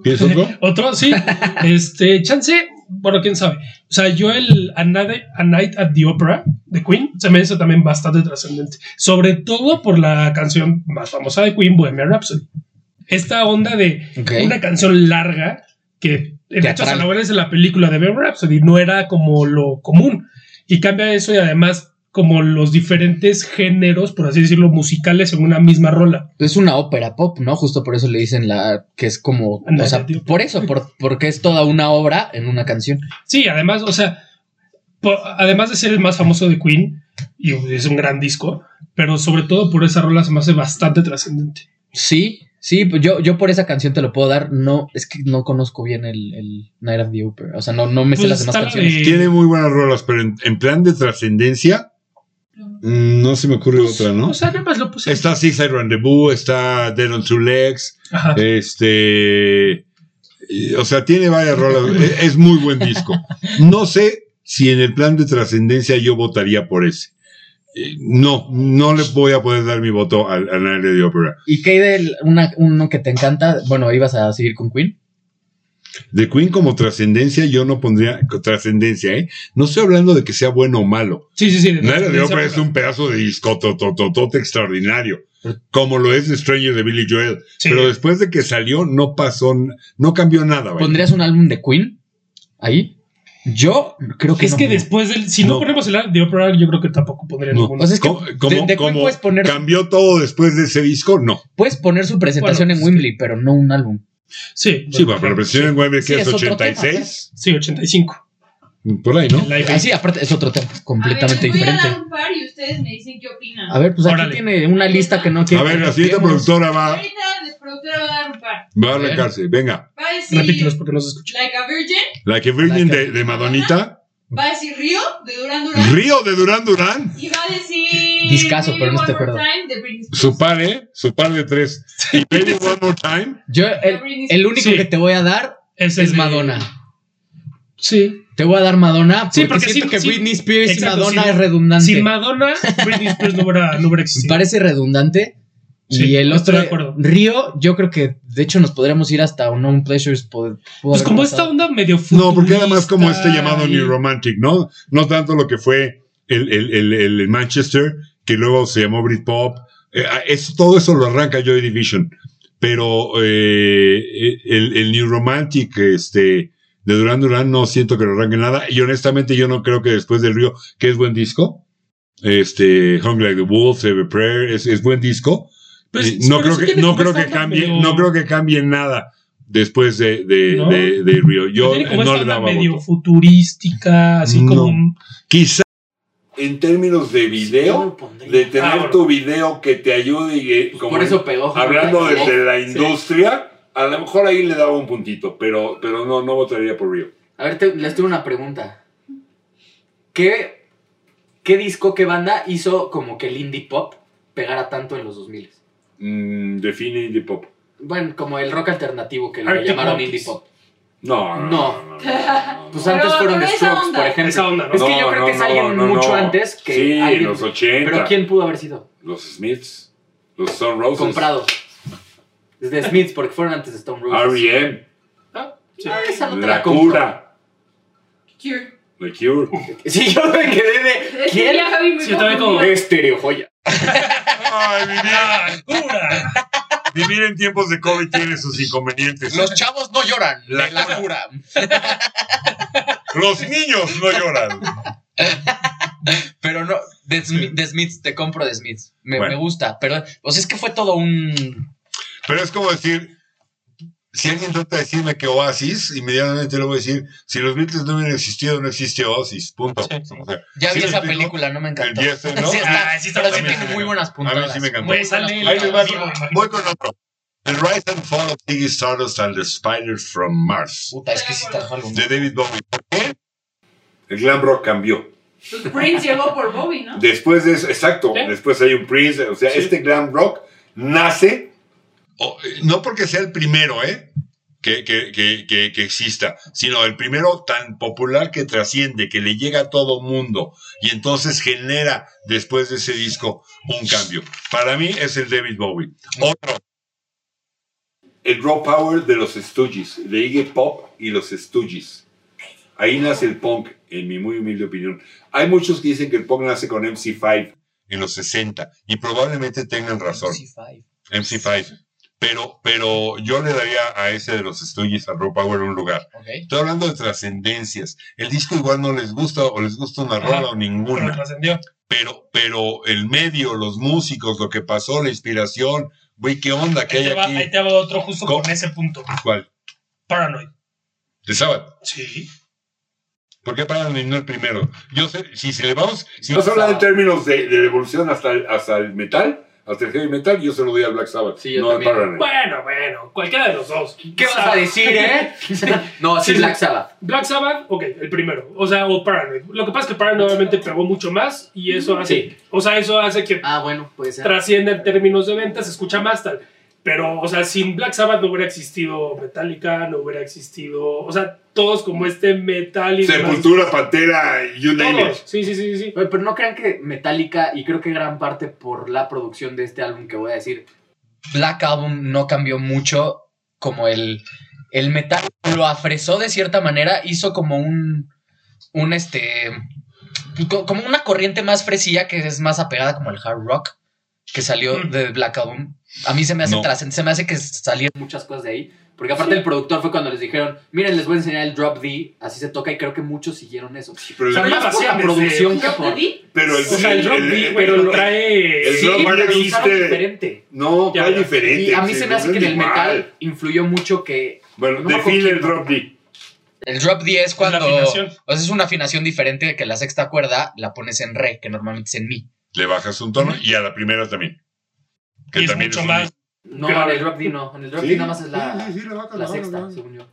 Speaker 1: ¿Piensas otro?
Speaker 3: Otro, sí. este, chance, bueno, quién sabe. O sea, yo el A Night, A Night at the Opera de Queen se me hizo también bastante trascendente. Sobre todo por la canción más famosa de Queen, Bohemian Rhapsody. Esta onda de
Speaker 2: Ok.
Speaker 3: una canción larga que en hecho
Speaker 2: Teatral.
Speaker 3: se la ves en la película de Bohemian Rhapsody, no era como lo común. Y cambia eso y además como los diferentes géneros, por así decirlo, musicales en una misma rola.
Speaker 2: Es una ópera pop, ¿no? Justo por eso le dicen la que es como.
Speaker 3: La
Speaker 2: O sea,
Speaker 3: radio.
Speaker 2: por eso, por, porque es toda una obra en una canción.
Speaker 3: Sí, además, o sea, po- además de ser el más famoso de Queen, y es un gran disco, pero sobre todo por esa rola se me hace bastante trascendente.
Speaker 2: Sí, sí, pues yo, yo por esa canción te lo puedo dar. No, es que no conozco bien el, el Night of the Opera. O sea, no, no me sé
Speaker 3: Pues
Speaker 2: las demás
Speaker 3: está la
Speaker 2: canciones.
Speaker 3: de-
Speaker 1: Tiene muy buenas rolas, pero en, en plan de trascendencia, mm, no se me ocurre otra, ¿no?
Speaker 3: Pues, O sea, nada más lo puse.
Speaker 1: Está Six Eye Rendezvous, está Dead on Two Legs,
Speaker 3: Ajá.
Speaker 1: este... y, O sea, tiene varias rolas, e- es muy buen disco. No sé si en el plan de trascendencia yo votaría por ese. Eh, No, no le voy a poder dar mi voto al, al Night of the Opera.
Speaker 2: ¿Y qué hay de una, uno que te encanta? Bueno, ibas a seguir con Queen.
Speaker 1: De Queen como trascendencia yo no pondría trascendencia, ¿eh? No estoy hablando de que sea bueno o malo.
Speaker 3: Sí, sí, sí. de
Speaker 1: Night of the Opera es
Speaker 3: trascendencia,
Speaker 1: un pedazo de disco totototote extraordinario, como lo es The Stranger de Billy Joel.
Speaker 3: Sí.
Speaker 1: Pero después de que salió, no pasó, n- no cambió nada. vaya.
Speaker 2: ¿Pondrías un álbum de Queen ahí? Yo creo que
Speaker 3: Es
Speaker 2: no.
Speaker 3: que después del. Si no,
Speaker 1: No.
Speaker 3: ponemos el de Opera, yo creo que tampoco pondría
Speaker 1: No.
Speaker 3: ninguno.
Speaker 2: O sea, es que
Speaker 1: ¿Cómo-
Speaker 2: de-
Speaker 1: cómo-
Speaker 2: de Queen
Speaker 1: cómo
Speaker 2: puedes poner-
Speaker 1: ¿Cambió todo después de ese disco? No.
Speaker 2: Puedes poner su presentación
Speaker 3: Bueno,
Speaker 2: en Wembley, pero no un álbum.
Speaker 3: sí,
Speaker 1: Sí, va, pero pues, presión en Wembley
Speaker 2: Sí,
Speaker 1: que es
Speaker 2: es otro pues.
Speaker 1: 86.
Speaker 3: sí, 85.
Speaker 1: Por ahí, ¿no?
Speaker 3: Live Aid.
Speaker 2: Así, aparte, es otro tema completamente
Speaker 4: a ver, les
Speaker 2: diferente.
Speaker 4: Voy a dar un par y ustedes me dicen qué opinan.
Speaker 2: A ver, pues aquí
Speaker 3: Órale.
Speaker 2: tiene una lista que no tiene.
Speaker 1: A ver, la siguiente productora va,
Speaker 4: Ahorita el productor va a dar un par.
Speaker 1: va a
Speaker 2: A ver.
Speaker 1: arrancarse. Venga,
Speaker 4: Va a decir
Speaker 3: Repítelos porque no se escucha.
Speaker 4: Like a Virgin,
Speaker 1: la que Virgin
Speaker 2: La que-
Speaker 1: de, de Madonita,
Speaker 4: va a decir Río de Duran Duran
Speaker 1: Río de Durán Durán,
Speaker 4: y va a decir
Speaker 2: Discazo, pero no
Speaker 4: One
Speaker 2: estoy de
Speaker 4: More
Speaker 2: acuerdo.
Speaker 4: Time de Britney Spears.
Speaker 1: su par, ¿eh? Su par de tres. Y Baby One More Time.
Speaker 2: Yo,
Speaker 4: De
Speaker 2: el,
Speaker 4: Britney
Speaker 2: el único
Speaker 3: Sí.
Speaker 2: que te voy a dar es
Speaker 3: el de-
Speaker 2: Madonna.
Speaker 3: Sí.
Speaker 2: Te voy a dar Madonna. Porque
Speaker 3: Sí, porque
Speaker 2: siento
Speaker 3: sí,
Speaker 2: que
Speaker 3: sí.
Speaker 2: Britney Spears
Speaker 3: Exacto,
Speaker 2: y Madonna
Speaker 3: sí.
Speaker 2: es redundante.
Speaker 3: Sin Madonna, Britney Spears no hubiera, no hubiera
Speaker 2: Me
Speaker 3: existido.
Speaker 2: parece redundante.
Speaker 3: Sí,
Speaker 2: y el
Speaker 3: estoy
Speaker 2: otro,
Speaker 3: de acuerdo.
Speaker 2: Río, yo creo que de hecho nos podríamos ir hasta un Non Pleasures. po- pudo
Speaker 3: Pues
Speaker 2: haber
Speaker 3: como
Speaker 2: pasado.
Speaker 3: esta onda medio futurista.
Speaker 1: No, porque era más como este llamado
Speaker 3: y-
Speaker 1: New Romantic, ¿no? No tanto lo que fue el, el- el- el- el Manchester, que luego se llamó Britpop. Eh, ah, es- todo eso lo arranca Joy Division. Pero eh, el, el New Romantic este, de Duran Duran no siento que lo arranque nada. Y honestamente yo no creo que después del Río, que es buen disco, este, Hungry Like the Wolf, Every Prayer, es, es buen disco.
Speaker 3: Pues,
Speaker 1: Eh, no
Speaker 3: pero
Speaker 1: creo
Speaker 3: sí
Speaker 1: que,
Speaker 3: tiene
Speaker 1: no
Speaker 3: como
Speaker 1: creo
Speaker 3: esta
Speaker 1: que
Speaker 3: onda
Speaker 1: cambie,
Speaker 3: medio-
Speaker 1: no creo que cambie nada después de, de,
Speaker 3: ¿No?
Speaker 1: de- de Río. Yo
Speaker 3: tiene
Speaker 1: no
Speaker 3: como esta
Speaker 1: le
Speaker 3: onda
Speaker 1: daba
Speaker 3: medio
Speaker 1: voto.
Speaker 3: futurística, así
Speaker 1: No.
Speaker 3: como.
Speaker 1: Quizá en términos de
Speaker 5: Yo
Speaker 1: video,
Speaker 5: lo pondría.
Speaker 1: de tener
Speaker 3: Ah, bueno.
Speaker 1: tu video que te ayude y eh, como
Speaker 5: Por eso pegó.
Speaker 1: hablando
Speaker 5: Hungry Like
Speaker 1: desde
Speaker 5: the
Speaker 1: la
Speaker 5: Wolf. Sí.
Speaker 1: industria, a lo mejor ahí le daba un puntito, pero, pero no, no votaría por Río.
Speaker 5: A ver, te- les tengo una pregunta. ¿Qué, ¿Qué disco, qué banda hizo como que el indie pop pegara tanto en los 2000?
Speaker 1: Mm, define indie pop.
Speaker 5: Bueno, como el rock alternativo que lo
Speaker 3: Arctic
Speaker 5: llamaron
Speaker 3: Monkeys.
Speaker 5: indie pop.
Speaker 1: No, no.
Speaker 5: No.
Speaker 1: no, no, no, no,
Speaker 5: Pues
Speaker 1: no.
Speaker 4: ah,
Speaker 5: antes
Speaker 4: Pero-
Speaker 5: fueron
Speaker 4: pero esa
Speaker 5: Strokes,
Speaker 4: onda.
Speaker 5: por ejemplo.
Speaker 3: Esa onda, ¿no?
Speaker 5: Es que yo
Speaker 1: No,
Speaker 5: creo que es
Speaker 1: no,
Speaker 5: alguien
Speaker 1: no, no,
Speaker 5: mucho
Speaker 1: no.
Speaker 5: antes que
Speaker 1: Sí,
Speaker 5: alguien-
Speaker 1: los 80.
Speaker 5: Pero ¿quién pudo haber sido?
Speaker 1: Los Smiths, los Stone Roses,
Speaker 5: Comprado. Desde Smiths, porque fueron antes de Stone Roses.
Speaker 1: R.E.M.,
Speaker 3: Ah, sí.
Speaker 5: Ah, esa no te
Speaker 1: E La
Speaker 5: compro.
Speaker 1: Cura,
Speaker 4: Cure.
Speaker 1: The Cure.
Speaker 5: Sí, yo me quedé de.
Speaker 4: Es que
Speaker 5: ¿Quién?
Speaker 4: ya Javi me
Speaker 3: Sí, yo también como-
Speaker 4: confundió.
Speaker 5: Estereo joya.
Speaker 1: Ay,
Speaker 3: Ah, cura.
Speaker 1: Vivir en tiempos de COVID tiene sus inconvenientes. Los,
Speaker 2: chavos no lloran.
Speaker 1: La
Speaker 2: de cura.
Speaker 1: niños no lloran.
Speaker 2: Pero no, de, Smi- de Smiths, te compro de Smiths. Me,
Speaker 1: Bueno.
Speaker 2: me gusta. Pero, o sea, es que fue todo un.
Speaker 1: Pero es como decir, si alguien trata de decirme que Oasis, inmediatamente le voy a decir, si los Beatles no hubieran existido, no existe Oasis, punto.
Speaker 3: Sí, sí.
Speaker 1: O sea,
Speaker 2: Ya
Speaker 1: ¿Sí
Speaker 2: vi
Speaker 1: lo
Speaker 2: esa
Speaker 1: explico?
Speaker 2: película, no me encantó.
Speaker 1: el Yes, ¿no?
Speaker 2: Sí, está,
Speaker 3: Ah, sí está
Speaker 2: pero sí
Speaker 1: buena.
Speaker 2: tiene muy buenas puntadas.
Speaker 1: A mí sí me encantó.
Speaker 2: Muy
Speaker 3: Güey, sale
Speaker 2: buenas
Speaker 1: Ahí les va,
Speaker 2: puntadas.
Speaker 1: voy con otro. The Rise and Fall of Ziggy Stardust and the Spiders from Mars,
Speaker 2: Puta, es que sí está algo.
Speaker 1: de David Bowie. ¿Por qué? El glam rock cambió.
Speaker 4: Pues Prince llegó por Bobby, ¿no?
Speaker 1: Después de eso, exacto,
Speaker 3: ¿Eh?
Speaker 1: después hay un Prince, o sea,
Speaker 3: Sí.
Speaker 1: este glam rock nace, o- eh, no porque sea el primero, ¿eh? Que, que- que- que- que exista, sino el primero tan popular que trasciende, que le llega a todo mundo y entonces genera después de ese disco un cambio. Para mí es el David Bowie. Otro. El raw power de los Stooges, de Iggy Pop y los Stooges. Ahí nace el punk, en mi muy humilde opinión. Hay muchos que dicen que el punk nace con MC5 en los 60 y probablemente tengan razón.
Speaker 2: Sí,
Speaker 1: MC5. Pero, pero yo le daría a ese de los Stooges, a Rock Power, un lugar.
Speaker 2: ok.
Speaker 1: Estoy hablando de trascendencias. El disco igual no les gusta o les gusta una
Speaker 3: Ajá.
Speaker 1: rola o
Speaker 3: Pero
Speaker 1: ninguna.
Speaker 3: trascendió.
Speaker 1: Pero, pero el medio, los músicos, lo que pasó, la inspiración, güey, qué onda que
Speaker 3: Ahí
Speaker 1: hay
Speaker 3: te, va, ahí
Speaker 1: aquí.
Speaker 3: te va otro justo
Speaker 1: Co-
Speaker 3: con ese punto.
Speaker 1: ¿Cuál?
Speaker 3: Paranoid.
Speaker 1: De Sabbath.
Speaker 3: Sí.
Speaker 1: ¿Por qué para no el primero? Yo sé, si se le vamos. Si
Speaker 2: Black
Speaker 1: vas a hablar en
Speaker 2: Sabbath.
Speaker 1: términos de, de evolución hasta el, hasta el metal, hasta el heavy metal, yo se lo doy al Black Sabbath.
Speaker 5: Sí, yo
Speaker 1: no al
Speaker 5: también.
Speaker 1: Paranoid.
Speaker 3: Bueno, bueno, cualquiera de los dos.
Speaker 5: ¿Qué
Speaker 3: O sea,
Speaker 5: vas a decir, eh? No, sí,
Speaker 3: Sí, sí.
Speaker 5: Black Sabbath.
Speaker 3: Black Sabbath, ok, el primero. O sea, o Paranoid. Lo que pasa es que Paranoid obviamente pegó mucho más y eso hace.
Speaker 5: Mm, Sí.
Speaker 3: O sea, eso hace que
Speaker 5: Ah, bueno, puede ser.
Speaker 3: trascienda en términos de ventas, se escucha más tal. Pero, o sea, sin Black Sabbath no hubiera existido Metallica, no hubiera existido. O sea, todos como este metal y. demás.
Speaker 1: Sepultura, Pantera, you name
Speaker 3: Todos.
Speaker 1: it.
Speaker 3: Sí, sí, sí, sí, sí.
Speaker 5: Oye, Pero no crean que Metallica, y creo que gran parte por la producción de este álbum que voy a decir,
Speaker 2: Black Album no cambió mucho como el, el metal lo afresó de cierta manera, hizo como un, un este, co- como una corriente más fresilla que es más apegada como el hard rock que salió
Speaker 3: Mm.
Speaker 2: de Black Album. A mí se me hace
Speaker 1: No.
Speaker 2: trascend- se me hace que salió
Speaker 5: muchas cosas de ahí. Porque aparte el productor fue cuando les dijeron, miren, les voy a enseñar el drop D, así se toca y creo que muchos siguieron eso.
Speaker 1: Pero el,
Speaker 3: Pero ya
Speaker 5: Más por la
Speaker 3: hacían desde-
Speaker 5: producción que
Speaker 4: ¿No
Speaker 5: por...
Speaker 4: te di?
Speaker 1: pero el,
Speaker 3: O sea, el rock D, güey,
Speaker 5: pero
Speaker 3: lo
Speaker 5: lo-
Speaker 3: trae.
Speaker 1: el
Speaker 5: Sí,
Speaker 1: drop
Speaker 5: pero lo
Speaker 1: existe.
Speaker 5: usaron diferente.
Speaker 1: no,
Speaker 3: Ya,
Speaker 1: está
Speaker 3: ya.
Speaker 1: diferente.
Speaker 5: Y a mí
Speaker 1: sí,
Speaker 5: se me hace
Speaker 1: no
Speaker 5: que
Speaker 1: es
Speaker 5: en el
Speaker 1: igual.
Speaker 5: metal influyó mucho que...
Speaker 1: Bueno,
Speaker 5: No me acuerdo
Speaker 1: define
Speaker 5: quién-
Speaker 1: el drop D.
Speaker 2: el drop 10 cuando
Speaker 3: La afinación.
Speaker 2: o sea, es una afinación diferente que la sexta cuerda la pones en re, que normalmente es en mi.
Speaker 1: Le bajas un tono y a la primera también. Que
Speaker 3: Y es
Speaker 1: también
Speaker 3: mucho
Speaker 1: un-
Speaker 3: más.
Speaker 5: No,
Speaker 3: Claro.
Speaker 5: en el drop D no, en el drop
Speaker 1: Sí,
Speaker 5: D nada más es la,
Speaker 1: sí, sí, le bajas,
Speaker 5: la
Speaker 1: le bajas, le
Speaker 5: sexta,
Speaker 1: bajas.
Speaker 5: según yo.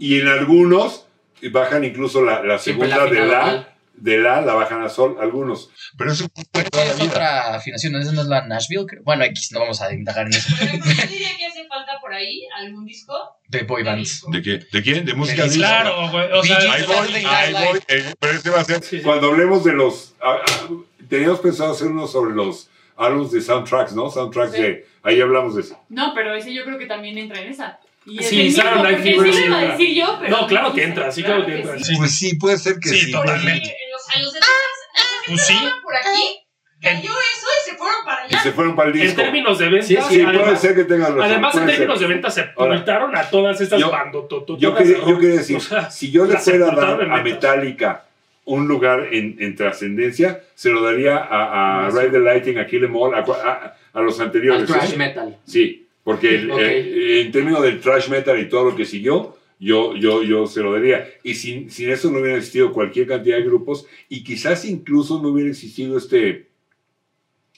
Speaker 1: Y en algunos bajan incluso la, la
Speaker 5: Siempre
Speaker 1: segunda de
Speaker 5: afinada
Speaker 1: la.
Speaker 5: mal.
Speaker 1: de la la bajan a sol algunos.
Speaker 6: Pero eso fue
Speaker 2: Pero
Speaker 6: toda la
Speaker 2: es
Speaker 6: vida.
Speaker 2: otra afinación, esa no es la Nashville. creo. Bueno, X, no vamos a indagar en eso.
Speaker 4: Por ejemplo, yo diría que hace falta por ahí algún disco.
Speaker 2: De boy
Speaker 4: de
Speaker 2: bands.
Speaker 4: disco.
Speaker 6: ¿De qué? ¿De quién? ¿De música?
Speaker 2: Pero
Speaker 6: disco?
Speaker 3: Claro, güey. O sea,
Speaker 6: Ahí voy,
Speaker 2: Saturday
Speaker 6: ahí
Speaker 2: Night
Speaker 6: voy. eh, pero este va a ser...
Speaker 5: Sí, sí.
Speaker 1: Cuando hablemos de los. ah, ah, teníamos pensado hacer uno sobre los álbumes de soundtracks, ¿no? Soundtracks
Speaker 4: Sí.
Speaker 1: de. Ahí hablamos de eso.
Speaker 4: No, pero ese yo creo que también entra en esa. Y es
Speaker 3: Sí,
Speaker 4: el mismo,
Speaker 3: Saturday Night
Speaker 4: porque sí
Speaker 3: Fever sí
Speaker 4: lo iba a
Speaker 3: entra.
Speaker 4: decir yo, pero.
Speaker 3: No, claro que entra, sí, claro que entra.
Speaker 4: sí.
Speaker 3: Sí,
Speaker 6: Pues sí, puede ser que
Speaker 3: Sí,
Speaker 6: sí.
Speaker 3: totalmente.
Speaker 4: Porque en los- a los setentas, a los
Speaker 3: Pues
Speaker 4: setentas
Speaker 3: sí.
Speaker 4: estaban por aquí, cayó eso y se fueron para
Speaker 1: Y
Speaker 4: allá.
Speaker 1: se fueron para el
Speaker 3: En
Speaker 1: disco.
Speaker 3: términos de ventas,
Speaker 5: Sí,
Speaker 1: Sí, puede
Speaker 3: además,
Speaker 1: ser que tengas razón.
Speaker 3: además, en
Speaker 1: puede ser.
Speaker 3: términos de ventas se ocultaron a todas estas
Speaker 1: yo-
Speaker 3: bandotototas
Speaker 1: Yo quería,
Speaker 3: de
Speaker 1: yo
Speaker 3: rock.
Speaker 1: quería decir,
Speaker 3: O sea,
Speaker 1: si yo le
Speaker 3: las
Speaker 1: fuera a dar
Speaker 3: sepultaron
Speaker 1: a
Speaker 3: en ventas.
Speaker 1: Metallica un lugar en, en trascendencia, se lo daría a, a
Speaker 5: Sí.
Speaker 1: Ride the Lighting, a Kill Em All, a, cua- a- a los
Speaker 5: Al
Speaker 1: anteriores.
Speaker 5: thrash
Speaker 1: ¿eh?
Speaker 5: metal.
Speaker 1: Sí, porque el-
Speaker 5: Ok.
Speaker 1: eh, en términos del thrash metal y todo lo que siguió, yo, yo, yo se lo daría. Y sin, sin eso no hubiera existido cualquier cantidad de grupos y quizás incluso no hubiera existido este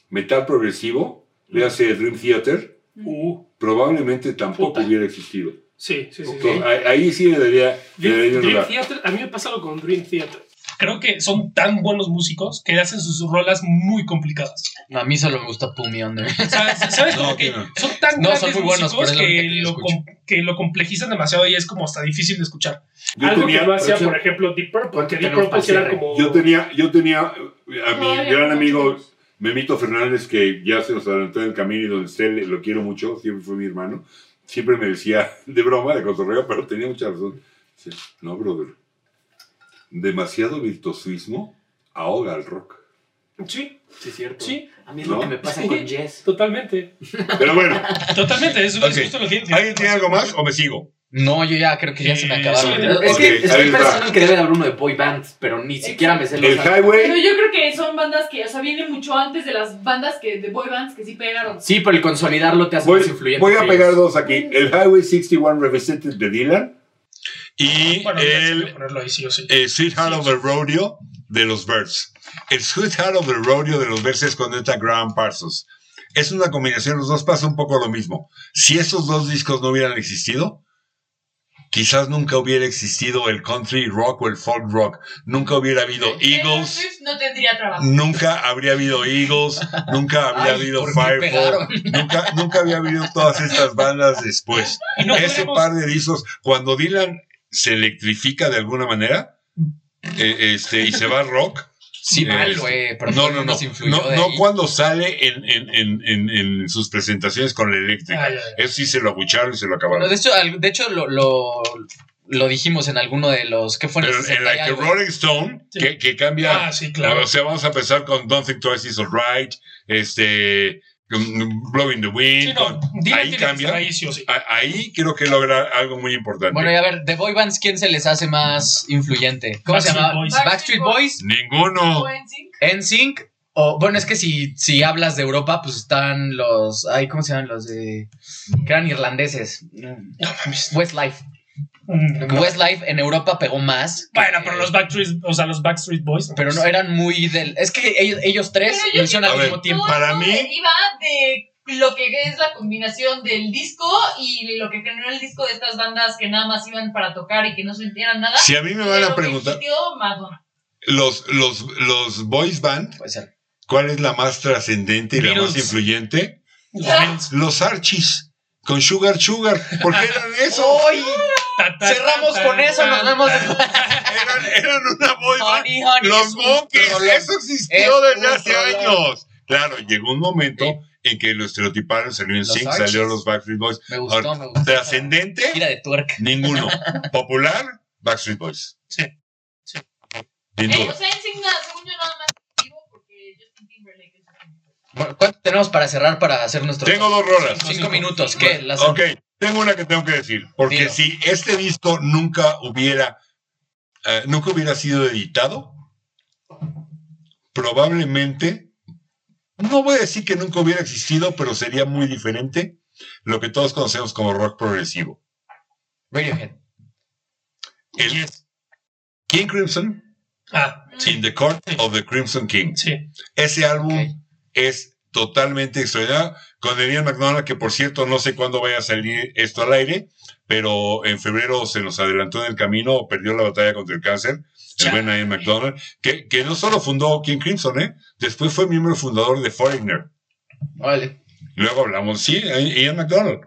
Speaker 1: metal progresivo
Speaker 3: Mm.
Speaker 1: de hace Dream Theater,
Speaker 3: Uh,
Speaker 1: probablemente tampoco
Speaker 3: Puta.
Speaker 1: hubiera existido.
Speaker 3: sí, sí, sí. sí.
Speaker 1: Entonces, ahí- ahí sí le daría, le
Speaker 3: Dream,
Speaker 1: daría un
Speaker 3: Dream
Speaker 1: lugar.
Speaker 3: Theater, a mí me pasa lo con Dream Theater. Creo que son tan buenos músicos que hacen sus rolas muy complicadas.
Speaker 2: No, a mí solo me gusta Put Me Under.
Speaker 3: O sea, ¿sabes?
Speaker 6: No,
Speaker 3: Como que
Speaker 6: tiene-
Speaker 3: son tan
Speaker 2: No,
Speaker 3: grandes
Speaker 2: son muy buenos,
Speaker 3: músicos
Speaker 2: pero es la
Speaker 3: que,
Speaker 2: única que yo
Speaker 3: lo
Speaker 2: escucho.
Speaker 3: com- que lo complejizan demasiado y es como hasta difícil de escuchar.
Speaker 1: Yo
Speaker 3: Algo
Speaker 1: tenía-
Speaker 3: que no hacía,
Speaker 5: pero
Speaker 3: por ejemplo, Deep Purple, que
Speaker 5: porque
Speaker 3: Deep
Speaker 5: tenemos
Speaker 3: Purple sí
Speaker 5: para
Speaker 3: era
Speaker 5: cierre.
Speaker 3: como...
Speaker 1: Yo tenía, yo tenía eh, a mi
Speaker 4: Todavía
Speaker 1: gran
Speaker 4: no.
Speaker 1: amigo Memito Fernández, que ya se nos adelantó en el camino y donde usted le- lo quiero mucho, siempre fue mi hermano, siempre me decía de broma, de cotorreo, pero tenía mucha razón. Dice, no, brother, demasiado virtuosismo ahoga al rock.
Speaker 3: Sí,
Speaker 5: Sí, cierto.
Speaker 3: sí,
Speaker 5: A mí es
Speaker 1: ¿No?
Speaker 5: lo que me pasa
Speaker 3: Sí.
Speaker 5: con Jess.
Speaker 3: totalmente.
Speaker 1: Pero bueno,
Speaker 3: Totalmente, es, es
Speaker 6: Ok.
Speaker 3: justo lo que...
Speaker 6: ¿Alguien tiene algo más o me sigo?
Speaker 2: No, yo ya creo que ya se me
Speaker 3: Eh,
Speaker 2: acabaron.
Speaker 3: sí,
Speaker 2: ¿verdad?
Speaker 5: Es
Speaker 1: Ok,
Speaker 5: que
Speaker 1: ahí
Speaker 5: estoy
Speaker 1: va.
Speaker 5: pensando en que debe de haber uno de boy bands, pero ni siquiera me sé los
Speaker 1: el
Speaker 5: álbumes.
Speaker 4: Pero
Speaker 1: highway,
Speaker 4: yo creo que son bandas que, o sea, vienen mucho antes de las bandas que, de boy bands que sí pegaron.
Speaker 5: Sí, pero el consolidarlo te hace
Speaker 1: voy,
Speaker 5: más influyente.
Speaker 1: voy
Speaker 5: que
Speaker 1: a
Speaker 5: ellos.
Speaker 1: pegar dos aquí. El Highway 61 Revisited de Dylan
Speaker 6: Y
Speaker 3: Bueno, ya sé que
Speaker 6: el
Speaker 3: ponerlo ahí sí o sí.
Speaker 6: eh, Sweetheart of the Rodeo de los Birds. El Sweetheart of the Rodeo de los Birds es con esta Graham Parsons. Es una combinación, los dos pasa un poco lo mismo. Si esos dos discos no hubieran existido, quizás nunca hubiera existido el country rock o el folk rock. Nunca hubiera habido
Speaker 4: Taylor
Speaker 6: Eagles.
Speaker 4: Swift no tendría trabajo.
Speaker 6: Nunca habría habido Eagles, nunca habría
Speaker 2: Ay,
Speaker 6: habido
Speaker 2: ¿por qué
Speaker 6: Firefall,
Speaker 2: pegaron?
Speaker 6: nunca, nunca había habido todas estas bandas después.
Speaker 3: Y no
Speaker 6: Ese
Speaker 3: podemos-
Speaker 6: par de discos, cuando Dylan se electrifica de alguna manera eh, este, y se va al rock,
Speaker 2: Sí,
Speaker 6: Eh,
Speaker 2: mal, güey. Pero
Speaker 6: no, no, no,
Speaker 2: nos influyó
Speaker 6: no,
Speaker 2: de
Speaker 6: no
Speaker 2: ahí.
Speaker 6: cuando sale en, en- en- en- en sus presentaciones con la eléctrica.
Speaker 3: Ay, ay,
Speaker 2: Ah.
Speaker 3: ay.
Speaker 6: Eso sí se lo abucharon y se lo
Speaker 2: Bueno,
Speaker 6: acabaron.
Speaker 2: de hecho, al- de hecho lo, lo, lo dijimos en alguno de los que fueron
Speaker 6: Pero
Speaker 2: los
Speaker 6: en
Speaker 2: 60 y
Speaker 6: la que
Speaker 2: algo.
Speaker 6: Rolling Stone,
Speaker 3: Sí.
Speaker 6: que, que cambia
Speaker 3: Ah, sí, claro.
Speaker 6: O sea, vamos a empezar con Don't Think Twice Is Alright, este, mm, Blowing the Wind.
Speaker 3: Sí, no,
Speaker 6: con-
Speaker 3: Dylan tiene
Speaker 6: ahí
Speaker 3: que estar
Speaker 6: cambia.
Speaker 3: ahí Ah, sí o sí.
Speaker 6: A- ahí creo que logra algo muy importante.
Speaker 2: Bueno, y a ver, de boy bands, ¿quién se les hace más influyente? ¿Cómo se
Speaker 3: Backstreet
Speaker 2: llama?
Speaker 3: Boys.
Speaker 2: Backstreet Boys,
Speaker 6: Ninguno.
Speaker 4: O en sync.
Speaker 2: NSYNC, o bueno, es que si, si hablas de Europa, pues están los, ay, ¿cómo se llaman los de, que eran irlandeses? Westlife.
Speaker 3: Mm, no.
Speaker 2: Westlife en Europa pegó más. que-
Speaker 3: Bueno, pero los Backstreet, o sea, los Backstreet Boys. pues,
Speaker 2: Pero no, eran muy del, es que ellos, ellos tres
Speaker 4: Pero yo
Speaker 2: lo hicieron
Speaker 6: A
Speaker 2: al
Speaker 6: ver.
Speaker 2: mismo tiempo.
Speaker 6: Para
Speaker 4: Todo
Speaker 6: mí-
Speaker 4: deriva de lo que es la combinación del disco y lo que generó el disco de estas bandas que nada más iban para tocar y que no se entendían nada.
Speaker 6: Si a mí me van
Speaker 4: de
Speaker 6: a
Speaker 4: lo que
Speaker 6: preguntar,
Speaker 4: existió Madonna.
Speaker 6: los, los, los boys band,
Speaker 2: Puede ser.
Speaker 6: ¿cuál es la más trascendente y la
Speaker 3: Beatles.
Speaker 6: más influyente?
Speaker 3: Los Beatles.
Speaker 6: Los Archies, con Sugar Sugar, porque eran eso.
Speaker 2: ¡Ay!
Speaker 3: Ta, ta,
Speaker 2: Cerramos
Speaker 3: ta,
Speaker 2: con
Speaker 3: ta,
Speaker 2: eso, nos
Speaker 3: ta,
Speaker 2: vemos.
Speaker 3: ta.
Speaker 6: Eran, eran una boy band.
Speaker 2: Honey, honey,
Speaker 6: Los
Speaker 2: es un
Speaker 6: monkeys,
Speaker 2: problema.
Speaker 6: eso
Speaker 2: Es
Speaker 6: existió desde
Speaker 2: un
Speaker 6: hace
Speaker 2: problema.
Speaker 6: años. Claro, llegó un momento
Speaker 2: Eh, Sí.
Speaker 6: en que lo estereotiparon, salió en
Speaker 2: Los
Speaker 6: Sync,
Speaker 2: Archies.
Speaker 6: salió los Backstreet Boys.
Speaker 2: Me gustó,
Speaker 6: Ahora,
Speaker 2: me gustó.
Speaker 6: Trascendente,
Speaker 2: Gira de tuerca.
Speaker 6: ninguno. Popular, Backstreet Boys.
Speaker 3: Sí, sí.
Speaker 6: Sin
Speaker 4: Eh, o
Speaker 6: duda.
Speaker 4: sea, en sync nada, según yo nada más vivo porque Justin Timberlake es
Speaker 2: Bueno, ¿cuánto tenemos para cerrar para hacer nuestro
Speaker 6: Tengo dos rolas.
Speaker 2: Eh, Cinco minutos, ¿qué? Las-
Speaker 6: Ok, tengo una que tengo que decir. Porque
Speaker 2: Dilo.
Speaker 6: si este disco nunca hubiera, eh, nunca hubiera sido editado, probablemente, no voy a decir que nunca hubiera existido, pero sería muy diferente lo que todos conocemos como rock progresivo.
Speaker 2: Radiohead.
Speaker 6: El King Crimson,
Speaker 3: Ah,
Speaker 6: In the Court of the Crimson King.
Speaker 3: sí.
Speaker 6: Ese álbum
Speaker 2: Ok.
Speaker 6: es
Speaker 1: totalmente extraordinaria con Daniel McDonald, que por cierto no sé cuándo vaya a salir esto al aire, pero en febrero se nos adelantó en el camino, perdió la batalla contra el cáncer, el
Speaker 2: Chale.
Speaker 1: buen Daniel McDonald, que, que no solo fundó King Crimson, ¿eh? después fue miembro fundador de Foreigner.
Speaker 2: Órale.
Speaker 1: Luego hablamos, sí, Ian McDonald,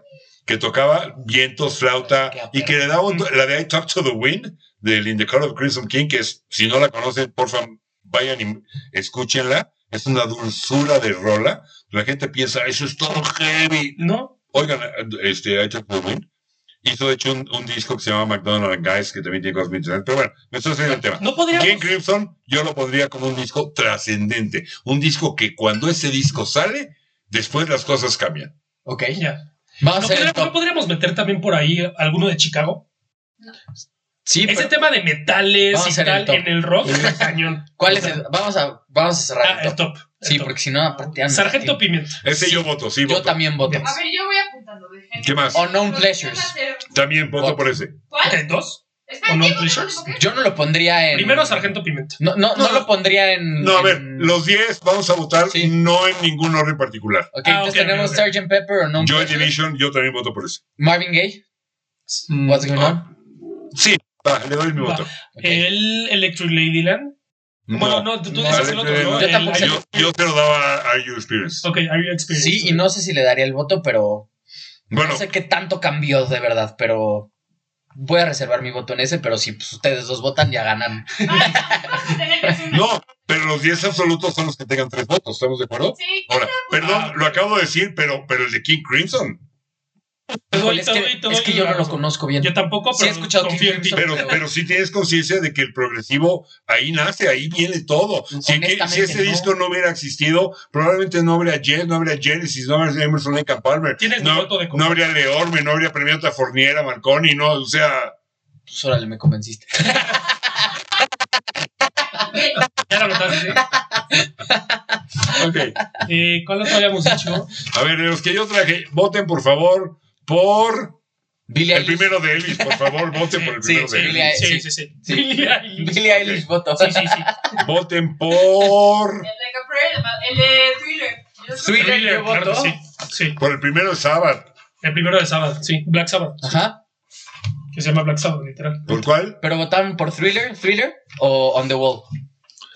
Speaker 1: que tocaba vientos, flauta
Speaker 2: Qué
Speaker 1: y que le daba un to-
Speaker 3: Mm.
Speaker 1: la de I Talk to the Wind del In the Color of Crimson King, que es, si no la conocen, porfa, vayan y escúchenla. Es una dulzura de rola. La gente piensa, eso es todo heavy.
Speaker 3: ¿No?
Speaker 1: Oigan, este, I Talk to the Wind hizo, de hecho, un, un disco que se llama McDonald and Guys, que también tiene cosas muy interesantes. Pero bueno, me estoy saliendo del tema.
Speaker 3: No podríamos.
Speaker 1: King Crimson yo lo pondría como un disco trascendente, un disco que cuando ese disco sale, después las cosas cambian.
Speaker 2: Ok.
Speaker 3: Ya.
Speaker 2: Va a
Speaker 3: ¿No,
Speaker 2: ser el
Speaker 3: podríamos, no
Speaker 2: top.
Speaker 3: podríamos meter también por ahí alguno de Chicago?
Speaker 2: Sí,
Speaker 3: Ese
Speaker 2: pero
Speaker 3: tema de metales
Speaker 2: Vamos a
Speaker 3: y
Speaker 2: hacer
Speaker 3: tal
Speaker 2: el top.
Speaker 3: en el rock, cañón.
Speaker 2: ¿cuál es el? Vamos a, vamos a cerrar
Speaker 3: Ah,
Speaker 2: el
Speaker 3: el
Speaker 2: top.
Speaker 3: top. el
Speaker 2: Sí,
Speaker 3: top.
Speaker 2: porque si no, apartean.
Speaker 3: Sargento Pimienta.
Speaker 1: Ese
Speaker 2: Sí,
Speaker 1: yo voto, sí,
Speaker 2: Yo
Speaker 1: voto.
Speaker 2: también voto.
Speaker 4: A ver, yo voy apuntando. dejen-
Speaker 1: ¿Qué más?
Speaker 2: O Known
Speaker 4: Los
Speaker 2: Pleasures.
Speaker 4: que van a hacer-
Speaker 1: También voto
Speaker 2: Voto.
Speaker 1: por ese.
Speaker 4: ¿Cuál?
Speaker 3: Ok, dos.
Speaker 4: Espera,
Speaker 3: ¿O
Speaker 4: ¿qué
Speaker 3: no
Speaker 4: votaron?
Speaker 3: Pleasures?
Speaker 4: ¿Por qué?
Speaker 2: Yo no lo pondría en.
Speaker 3: Primero Sargento Pimienta.
Speaker 2: No, no, no
Speaker 1: No.
Speaker 2: lo pondría en.
Speaker 1: No, a ver,
Speaker 2: en-
Speaker 1: los 10 vamos a votar
Speaker 2: Mm. Sí.
Speaker 1: no en ningún orden particular.
Speaker 2: Ok,
Speaker 3: Ah,
Speaker 2: entonces
Speaker 3: ok,
Speaker 2: tenemos
Speaker 3: ok, ok.
Speaker 2: Sgt. Pepper o No.
Speaker 1: Joy Division, yo también voto por ese.
Speaker 2: Marvin Gaye.
Speaker 3: Mm,
Speaker 2: What's going on?
Speaker 1: Sí, va, le doy mi
Speaker 3: Va.
Speaker 1: voto.
Speaker 2: Ok.
Speaker 3: El Electric Ladyland. Bueno, no, tú, tú
Speaker 2: No.
Speaker 3: dices el otro, ¿no?
Speaker 1: Yo
Speaker 3: El-
Speaker 2: tampoco sé.
Speaker 1: yo, yo se lo daba a Are You Experience.
Speaker 3: Ok, Are You Experienced?
Speaker 2: Sí, y no sé si le daría el voto, pero
Speaker 1: Bueno,
Speaker 2: no sé qué tanto cambió de verdad, pero voy a reservar mi voto en ese, pero si pues, ustedes dos votan ya ganan.
Speaker 4: Ay, no, vamos a tener que hacer una-
Speaker 1: no, pero los 10 absolutos son los que tengan tres votos, ¿estamos de acuerdo?
Speaker 4: Sí,
Speaker 1: Ahora,
Speaker 7: Ah.
Speaker 1: perdón, lo acabo de decir, pero, pero el de King Crimson.
Speaker 3: Te doy,
Speaker 2: es
Speaker 3: te
Speaker 2: que,
Speaker 3: doy, te
Speaker 2: es
Speaker 3: doy
Speaker 2: que yo
Speaker 3: la
Speaker 2: no lo
Speaker 3: razón.
Speaker 2: conozco bien.
Speaker 3: Yo tampoco, pero
Speaker 2: Sí he escuchado
Speaker 3: confío
Speaker 2: que
Speaker 3: en ti.
Speaker 2: Jameson-
Speaker 1: Pero, pero sí tienes conciencia de que el progresivo ahí nace, ahí viene todo. Si, que- si ese
Speaker 2: Honestamente, no.
Speaker 1: disco no hubiera existido, probablemente no habría Jess, no habría Genesis, no habría Emerson Lake and Palmer,
Speaker 3: Tienes mi
Speaker 1: no,
Speaker 3: voto de
Speaker 1: no habría Leorme, no habría Premiata Forniera, Marconi, no, o sea,
Speaker 2: Pues órale, me convenciste.
Speaker 4: ok.
Speaker 3: Ya la notaste.
Speaker 1: ok.
Speaker 3: Eh, ¿Cuál otro habíamos dicho?
Speaker 1: A ver, de los que yo traje, voten por favor por
Speaker 2: Billie
Speaker 1: el
Speaker 2: Eilish.
Speaker 1: primero de Elvis, por favor, voten por el
Speaker 3: Sí,
Speaker 1: primero
Speaker 2: sí,
Speaker 1: de
Speaker 2: Billie
Speaker 1: Elvis.
Speaker 2: Eilish.
Speaker 3: Sí, sí, sí.
Speaker 2: Sí.
Speaker 3: Billie Eilish.
Speaker 2: Billie Eilish voto.
Speaker 3: Sí, sí, sí.
Speaker 1: Voten por,
Speaker 4: El de Caprera, el de Thriller. Yo soy-
Speaker 2: Thriller.
Speaker 3: Thriller,
Speaker 2: yo voto.
Speaker 3: claro que sí. Sí,
Speaker 1: por el primero de Sabbath.
Speaker 3: el primero de Sabbath, sí. Black Sabbath,
Speaker 2: Ajá.
Speaker 3: que se llama Black Sabbath, literal.
Speaker 1: ¿Por cuál?
Speaker 2: Pero votaron por Thriller, Thriller o On the Wall.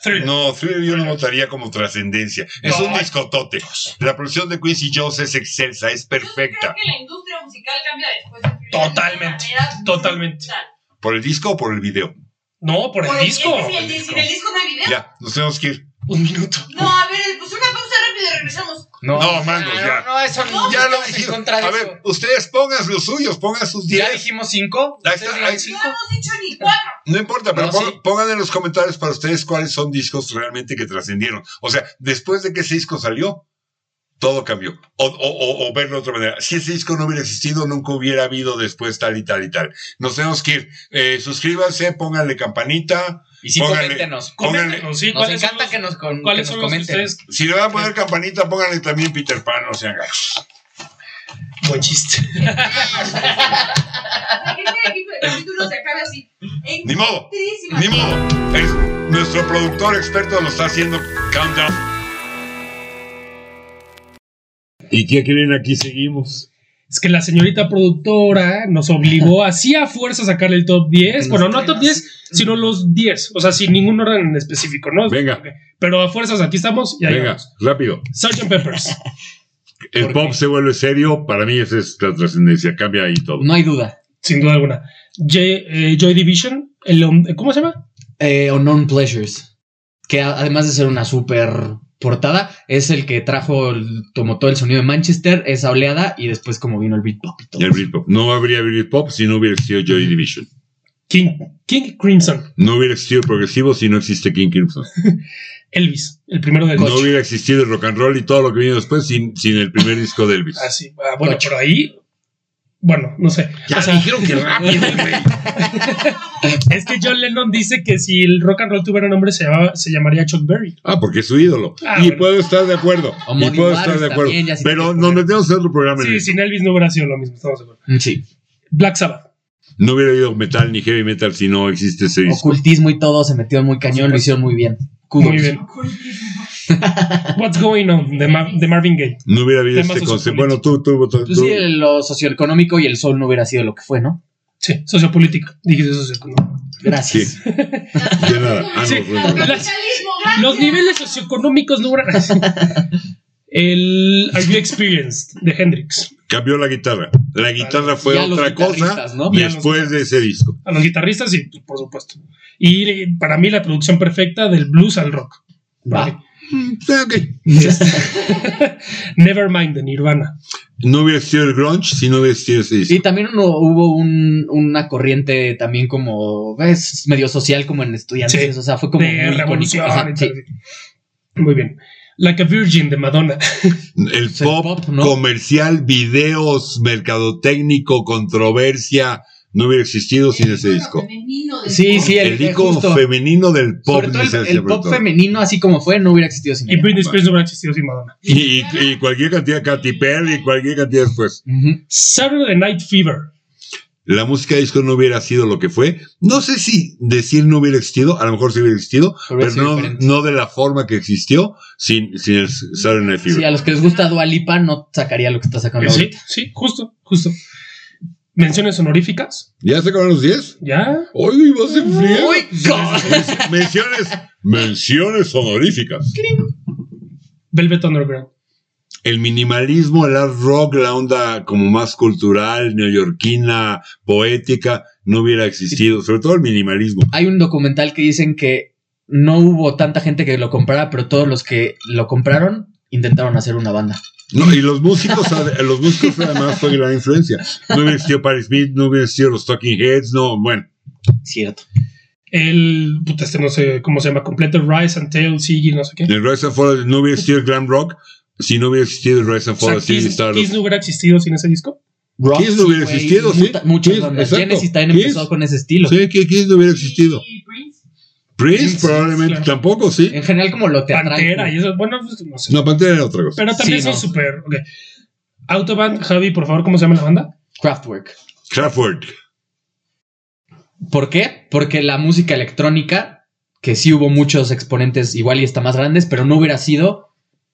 Speaker 3: Thriller.
Speaker 1: No, Thriller yo no votaría como trascendencia. Es
Speaker 3: No.
Speaker 1: un discotote. La producción de Quincy Jones es excelsa, es
Speaker 4: yo sí creo
Speaker 1: perfecta.
Speaker 4: que la industria musical cambia después de Thriller.
Speaker 3: Totalmente,
Speaker 4: De una manera
Speaker 3: totalmente.
Speaker 4: brutal.
Speaker 1: ¿Por el disco o por el video?
Speaker 3: No, por el
Speaker 4: Porque
Speaker 3: disco.
Speaker 4: es que si el di- Sin el disco no hay video.
Speaker 1: Ya, nos tenemos que ir.
Speaker 3: Un minuto.
Speaker 4: No, a ver, pues una pausa rápida y regresamos.
Speaker 1: No, mangos, ya.
Speaker 2: No, no, eso no.
Speaker 1: Ya lo
Speaker 2: estamos en
Speaker 1: dijimos.
Speaker 2: contra de
Speaker 1: A
Speaker 2: eso.
Speaker 1: ver, ustedes pongan los suyos, pongan sus
Speaker 2: Ya
Speaker 1: 10.
Speaker 2: dijimos cinco.
Speaker 1: Ahí
Speaker 2: ustedes
Speaker 1: está,
Speaker 2: digan
Speaker 1: ahí-
Speaker 2: cinco.
Speaker 4: No hemos dicho ni cuatro.
Speaker 1: No importa, pero
Speaker 2: No,
Speaker 1: pon-
Speaker 2: sí.
Speaker 1: pongan en los comentarios para ustedes cuáles son discos realmente que trascendieron. O sea, después de que ese disco salió, todo cambió. O, o- o- o verlo de otra manera. Si ese disco no hubiera existido, nunca hubiera habido después tal y tal y tal. Nos tenemos que ir. Eh, suscríbanse, pónganle campanita.
Speaker 2: Y sí,
Speaker 1: Póngale.
Speaker 2: coméntenos.
Speaker 3: Coméntenos, sí,
Speaker 2: Nos
Speaker 3: ¿cuáles son
Speaker 2: encanta
Speaker 3: los-
Speaker 2: que nos, con- que
Speaker 3: ¿Cuáles
Speaker 2: nos
Speaker 3: son los que
Speaker 2: comenten.
Speaker 3: ustedes?
Speaker 1: Si le van a poner campanita, pónganle también Peter Pan, no sean gachos.
Speaker 3: Buen chiste.
Speaker 4: O sea, que este equipo de capítulos se acabe así. En
Speaker 1: Ni modo,
Speaker 4: tristísima-
Speaker 1: ni modo. Es- nuestro productor experto lo está haciendo countdown. ¿Y qué creen? Aquí seguimos.
Speaker 3: Es que la señorita productora nos obligó así a fuerza a sacar el top 10. Bueno, no top 10, sino los 10. O sea, sin ningún orden en específico, ¿no?
Speaker 1: Venga.
Speaker 3: Ok. Pero a fuerzas aquí estamos y ahí
Speaker 1: Venga,
Speaker 3: vamos.
Speaker 1: rápido.
Speaker 3: Sgt. Peppers.
Speaker 1: El
Speaker 2: ¿Por
Speaker 1: pop
Speaker 2: qué?
Speaker 1: se vuelve serio. Para mí esa es la trascendencia. Cambia ahí todo.
Speaker 2: No hay duda.
Speaker 3: Sin duda alguna. J- eh, Joy Division. el hom- ¿Cómo se llama?
Speaker 2: Eh, Unknown Pleasures. Que a- además de ser una super portada, es el que trajo, el- tomó todo el sonido de Manchester, esa oleada, y después como vino el beat pop y todo.
Speaker 1: El Britpop. No habría Britpop si no hubiera existido Joy Division.
Speaker 3: King, King Crimson.
Speaker 1: No hubiera existido Progresivo si no existe King Crimson.
Speaker 3: Elvis. El primero del
Speaker 1: No
Speaker 3: ocho.
Speaker 1: hubiera existido el rock and roll y todo lo que vino después sin, sin el primer disco de Elvis.
Speaker 3: Ah, sí. Ah, bueno,
Speaker 2: Ocho.
Speaker 3: pero ahí. Bueno, no sé. O sea,
Speaker 1: dijeron que rápido, güey.
Speaker 3: es que John Lennon dice que si el rock and roll tuviera nombre se, llamaba- se llamaría Chuck Berry.
Speaker 1: Ah, porque es su ídolo.
Speaker 3: Ah,
Speaker 1: y
Speaker 3: bueno.
Speaker 1: puedo estar de acuerdo.
Speaker 2: O
Speaker 1: y
Speaker 2: Muddy
Speaker 1: puedo
Speaker 2: Waters
Speaker 1: estar de acuerdo.
Speaker 2: también, ya sí
Speaker 1: Pero
Speaker 2: tiene
Speaker 1: nos
Speaker 2: poder.
Speaker 1: metemos en otro programa. en
Speaker 3: Sí,
Speaker 1: eso.
Speaker 3: sin Elvis no hubiera sido lo mismo, estamos de acuerdo.
Speaker 2: Mm, Sí.
Speaker 3: Black Sabbath.
Speaker 1: No hubiera habido metal ni heavy metal si no existe ese disco.
Speaker 2: Ocultismo y todo se metió muy cañón, lo hicieron muy bien. Kudos.
Speaker 3: Muy bien. What's going on? De, Ma- de Marvin Gaye.
Speaker 1: No hubiera habido
Speaker 3: Temas
Speaker 1: este concepto. Bueno,
Speaker 3: sociopolíticos.
Speaker 1: tú, tú, tú,
Speaker 2: Pues
Speaker 1: tú.
Speaker 2: sí, lo socioeconómico y el sol no hubiera sido lo que fue, ¿no?
Speaker 3: Sí, sociopolítico. Dijiste socioeconómico.
Speaker 1: Sí.
Speaker 2: Gracias.
Speaker 1: De nada. Ah, no,
Speaker 3: Sí.
Speaker 1: fue una-
Speaker 4: Capitalismo, gracias.
Speaker 3: Los niveles socioeconómicos no eran así. El Are You Experienced de Hendrix.
Speaker 1: Cambió la guitarra. La guitarra fue
Speaker 2: Ya los
Speaker 1: otra cosa
Speaker 2: guitarristas, ¿no?
Speaker 3: Ya los
Speaker 1: después de ese disco.
Speaker 3: A los guitarristas, sí, por supuesto. Y para mí la traducción perfecta del blues al rock.
Speaker 2: Va.
Speaker 1: Mm, eh, ok.
Speaker 3: Nevermind de Nirvana.
Speaker 1: No hubiera sido el grunge si no hubiera sido ese disco.
Speaker 2: Y también uno- hubo un- una corriente también como, ¿ves? Medio social como en estudiantes.
Speaker 3: Sí.
Speaker 2: O sea, fue como... muy
Speaker 3: de
Speaker 2: icónico.
Speaker 3: Revolución.
Speaker 2: Ajá, sí.
Speaker 3: Muy bien. Like a Virgin de Madonna.
Speaker 1: El
Speaker 2: el
Speaker 1: pop,
Speaker 2: pop, ¿no?
Speaker 1: comercial, videos, mercadotécnico, controversia, no hubiera existido sin ese disco.
Speaker 4: Femenino del
Speaker 2: Sí,
Speaker 4: pop.
Speaker 2: sí, el, eh,
Speaker 1: El disco
Speaker 2: justo.
Speaker 1: femenino del pop.
Speaker 2: Sobre todo el,
Speaker 1: dice
Speaker 2: el
Speaker 1: siempre
Speaker 2: pop
Speaker 1: todo.
Speaker 2: femenino, así como fue, no hubiera existido sin
Speaker 3: Y pues,
Speaker 2: ella.
Speaker 3: Britney Spears no hubiera existido sin Madonna.
Speaker 1: Y, y- y cualquier cantidad, Katy Perry, cualquier cantidad después.
Speaker 2: Ujú.
Speaker 3: Saturday Night Fever.
Speaker 1: La música disco no hubiera sido lo que fue. No sé si decir no hubiera existido, a lo mejor sí hubiera existido,
Speaker 2: Pero hubiera
Speaker 1: pero
Speaker 2: sido
Speaker 1: no,
Speaker 2: diferente.
Speaker 1: no de la forma que existió sin, sin el Saturday Night Fever.
Speaker 2: Sí, a los que les gusta Dualipa no sacaría lo que está sacando
Speaker 3: Sí,
Speaker 2: ahorita.
Speaker 3: sí, justo, justo. Menciones honoríficas.
Speaker 1: ¿Ya se acabaron los 10?
Speaker 3: Ya.
Speaker 1: ¡Hoy vas en frío!
Speaker 2: ¡Uy, God!
Speaker 1: Menciones, menciones honoríficas.
Speaker 3: Velvet Underground.
Speaker 1: El minimalismo, el art rock, la onda como más cultural, neoyorquina, poética, no hubiera existido. Sobre todo el minimalismo.
Speaker 2: Hay un documental que dicen que no hubo tanta gente que lo comprara, pero todos los que lo compraron intentaron hacer una banda.
Speaker 1: No, y los músicos, ad- los músicos fue- además fue gran influencia. No hubiera existido Paris Smith, no hubiera existido los Talking Heads, no, bueno.
Speaker 2: Cierto.
Speaker 3: El. Puta, este no sé cómo se llama. Completo Rise and Tail, Siggy, no sé qué.
Speaker 1: El Rise and Fall, no hubiera existido el glam rock si no hubiera existido el Rise and
Speaker 3: O sea,
Speaker 1: Fall of Ziggy
Speaker 3: Kiss, Kiss
Speaker 1: Stardust.
Speaker 3: no hubiera existido sin ese disco.
Speaker 1: Kiss no hubiera
Speaker 2: güey,
Speaker 1: existido, sí.
Speaker 2: muta- Muchas
Speaker 1: Kiss,
Speaker 2: bandas.
Speaker 1: exacto.
Speaker 2: Genesis también empezó
Speaker 1: Kiss.
Speaker 2: con ese estilo.
Speaker 1: Sí, que Kiss no hubiera existido.
Speaker 4: Y Prince.
Speaker 1: Prince
Speaker 3: Sí, sí,
Speaker 1: probablemente
Speaker 3: claro.
Speaker 1: tampoco, sí.
Speaker 2: En general, como lo teatral.
Speaker 3: Pantera
Speaker 2: güey.
Speaker 3: y eso. Bueno, pues, no sé.
Speaker 1: No, Pantera era otra cosa.
Speaker 3: Pero también
Speaker 2: Sí,
Speaker 3: son
Speaker 2: no.
Speaker 3: súper. ok. Autoband, Javi, por favor, ¿cómo se llama la banda?
Speaker 2: Kraftwerk.
Speaker 1: Crawford.
Speaker 2: ¿Por qué? Porque la música electrónica, que sí hubo muchos exponentes igual y está más grandes, pero no hubiera sido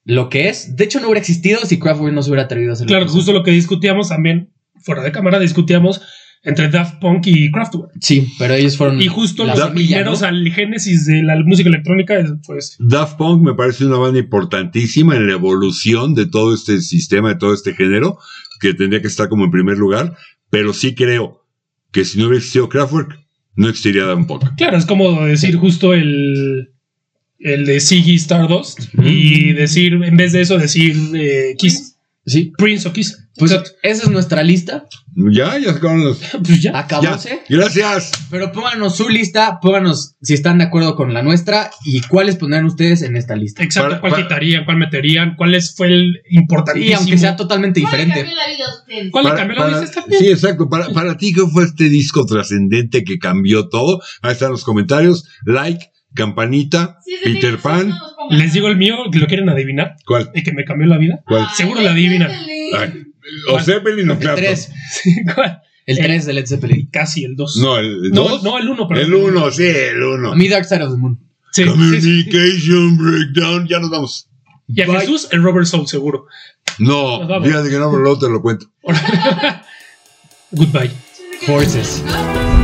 Speaker 2: lo que es. De hecho, no hubiera existido si Kraftwerk no se hubiera atrevido a hacerlo.
Speaker 3: Claro, justo lo que discutíamos también, fuera de cámara, discutíamos entre Daft Punk y Kraftwerk.
Speaker 2: Sí, pero ellos fueron.
Speaker 3: Y justo
Speaker 2: Mm. la
Speaker 3: los
Speaker 2: semilla,
Speaker 3: primeros
Speaker 2: ¿no?
Speaker 3: al génesis de la música electrónica pues, fue ese.
Speaker 1: Daft Punk me parece una banda importantísima en la evolución de todo este sistema, de todo este género, que tendría que estar como en primer lugar, pero sí creo que si no hubiera existido Kraftwerk, no existiría Daft Punk.
Speaker 3: Claro, es como decir justo el, el de Siggy Stardust y decir, en vez de eso, decir eh, Kiss,
Speaker 2: Sí.
Speaker 3: Prince o Kiss.
Speaker 2: Pues
Speaker 3: Exacto.
Speaker 2: esa es nuestra lista.
Speaker 1: Ya, ya sacaron los...
Speaker 3: Pues ya.
Speaker 1: Ya.
Speaker 2: Acabóse.
Speaker 1: Gracias.
Speaker 2: Pero pónganos su lista, pónganos si están de acuerdo con la nuestra y cuáles pondrán ustedes en esta lista.
Speaker 3: Exacto,
Speaker 1: Ah, Para-
Speaker 3: cuál
Speaker 1: para-
Speaker 3: quitarían, cuál meterían, cuál es- fue el
Speaker 2: Y
Speaker 3: importantísimo.
Speaker 2: aunque sea totalmente
Speaker 4: ¿Cómo le
Speaker 2: diferente.
Speaker 4: cambió la vida a ustedes?
Speaker 3: ¿Cuál le
Speaker 1: Para-
Speaker 3: cambió la
Speaker 1: para-
Speaker 3: vida? Está bien.
Speaker 1: Sí, exacto. Para, para ti, ¿qué fue este disco trascendente que cambió todo? Ahí están los comentarios. Like, campanita,
Speaker 4: Sí, sí, sí,
Speaker 1: Peter
Speaker 4: sí,
Speaker 1: Pan.
Speaker 4: no nos pongan
Speaker 3: Les digo
Speaker 4: nada.
Speaker 3: el mío, que lo quieren adivinar,
Speaker 1: ¿Cuál?
Speaker 3: el que me cambió la vida.
Speaker 1: ¿Cuál?
Speaker 4: Ay,
Speaker 3: Seguro la adivinan.
Speaker 4: Leslie.
Speaker 1: Ay, o Zeppelin o
Speaker 2: El
Speaker 1: Clapton.
Speaker 2: 3.
Speaker 3: ¿Cuál?
Speaker 2: El
Speaker 3: El-
Speaker 2: 3 de Led Zeppelin.
Speaker 3: Casi el 2.
Speaker 1: No, el
Speaker 3: no,
Speaker 1: 2.
Speaker 3: no, el 1,
Speaker 1: el 1, sí, el 1.
Speaker 2: A mí Dark Side of the Moon.
Speaker 3: Sí, sí, sí.
Speaker 1: Communication breakdown, ya nos vamos.
Speaker 3: Y a
Speaker 2: Bye.
Speaker 3: Jesús, el Robert Soul, seguro.
Speaker 1: No,
Speaker 3: Nos vamos.
Speaker 1: fíjate que no, pero luego te lo cuento.
Speaker 3: Goodbye.
Speaker 2: Horses.
Speaker 4: Ah,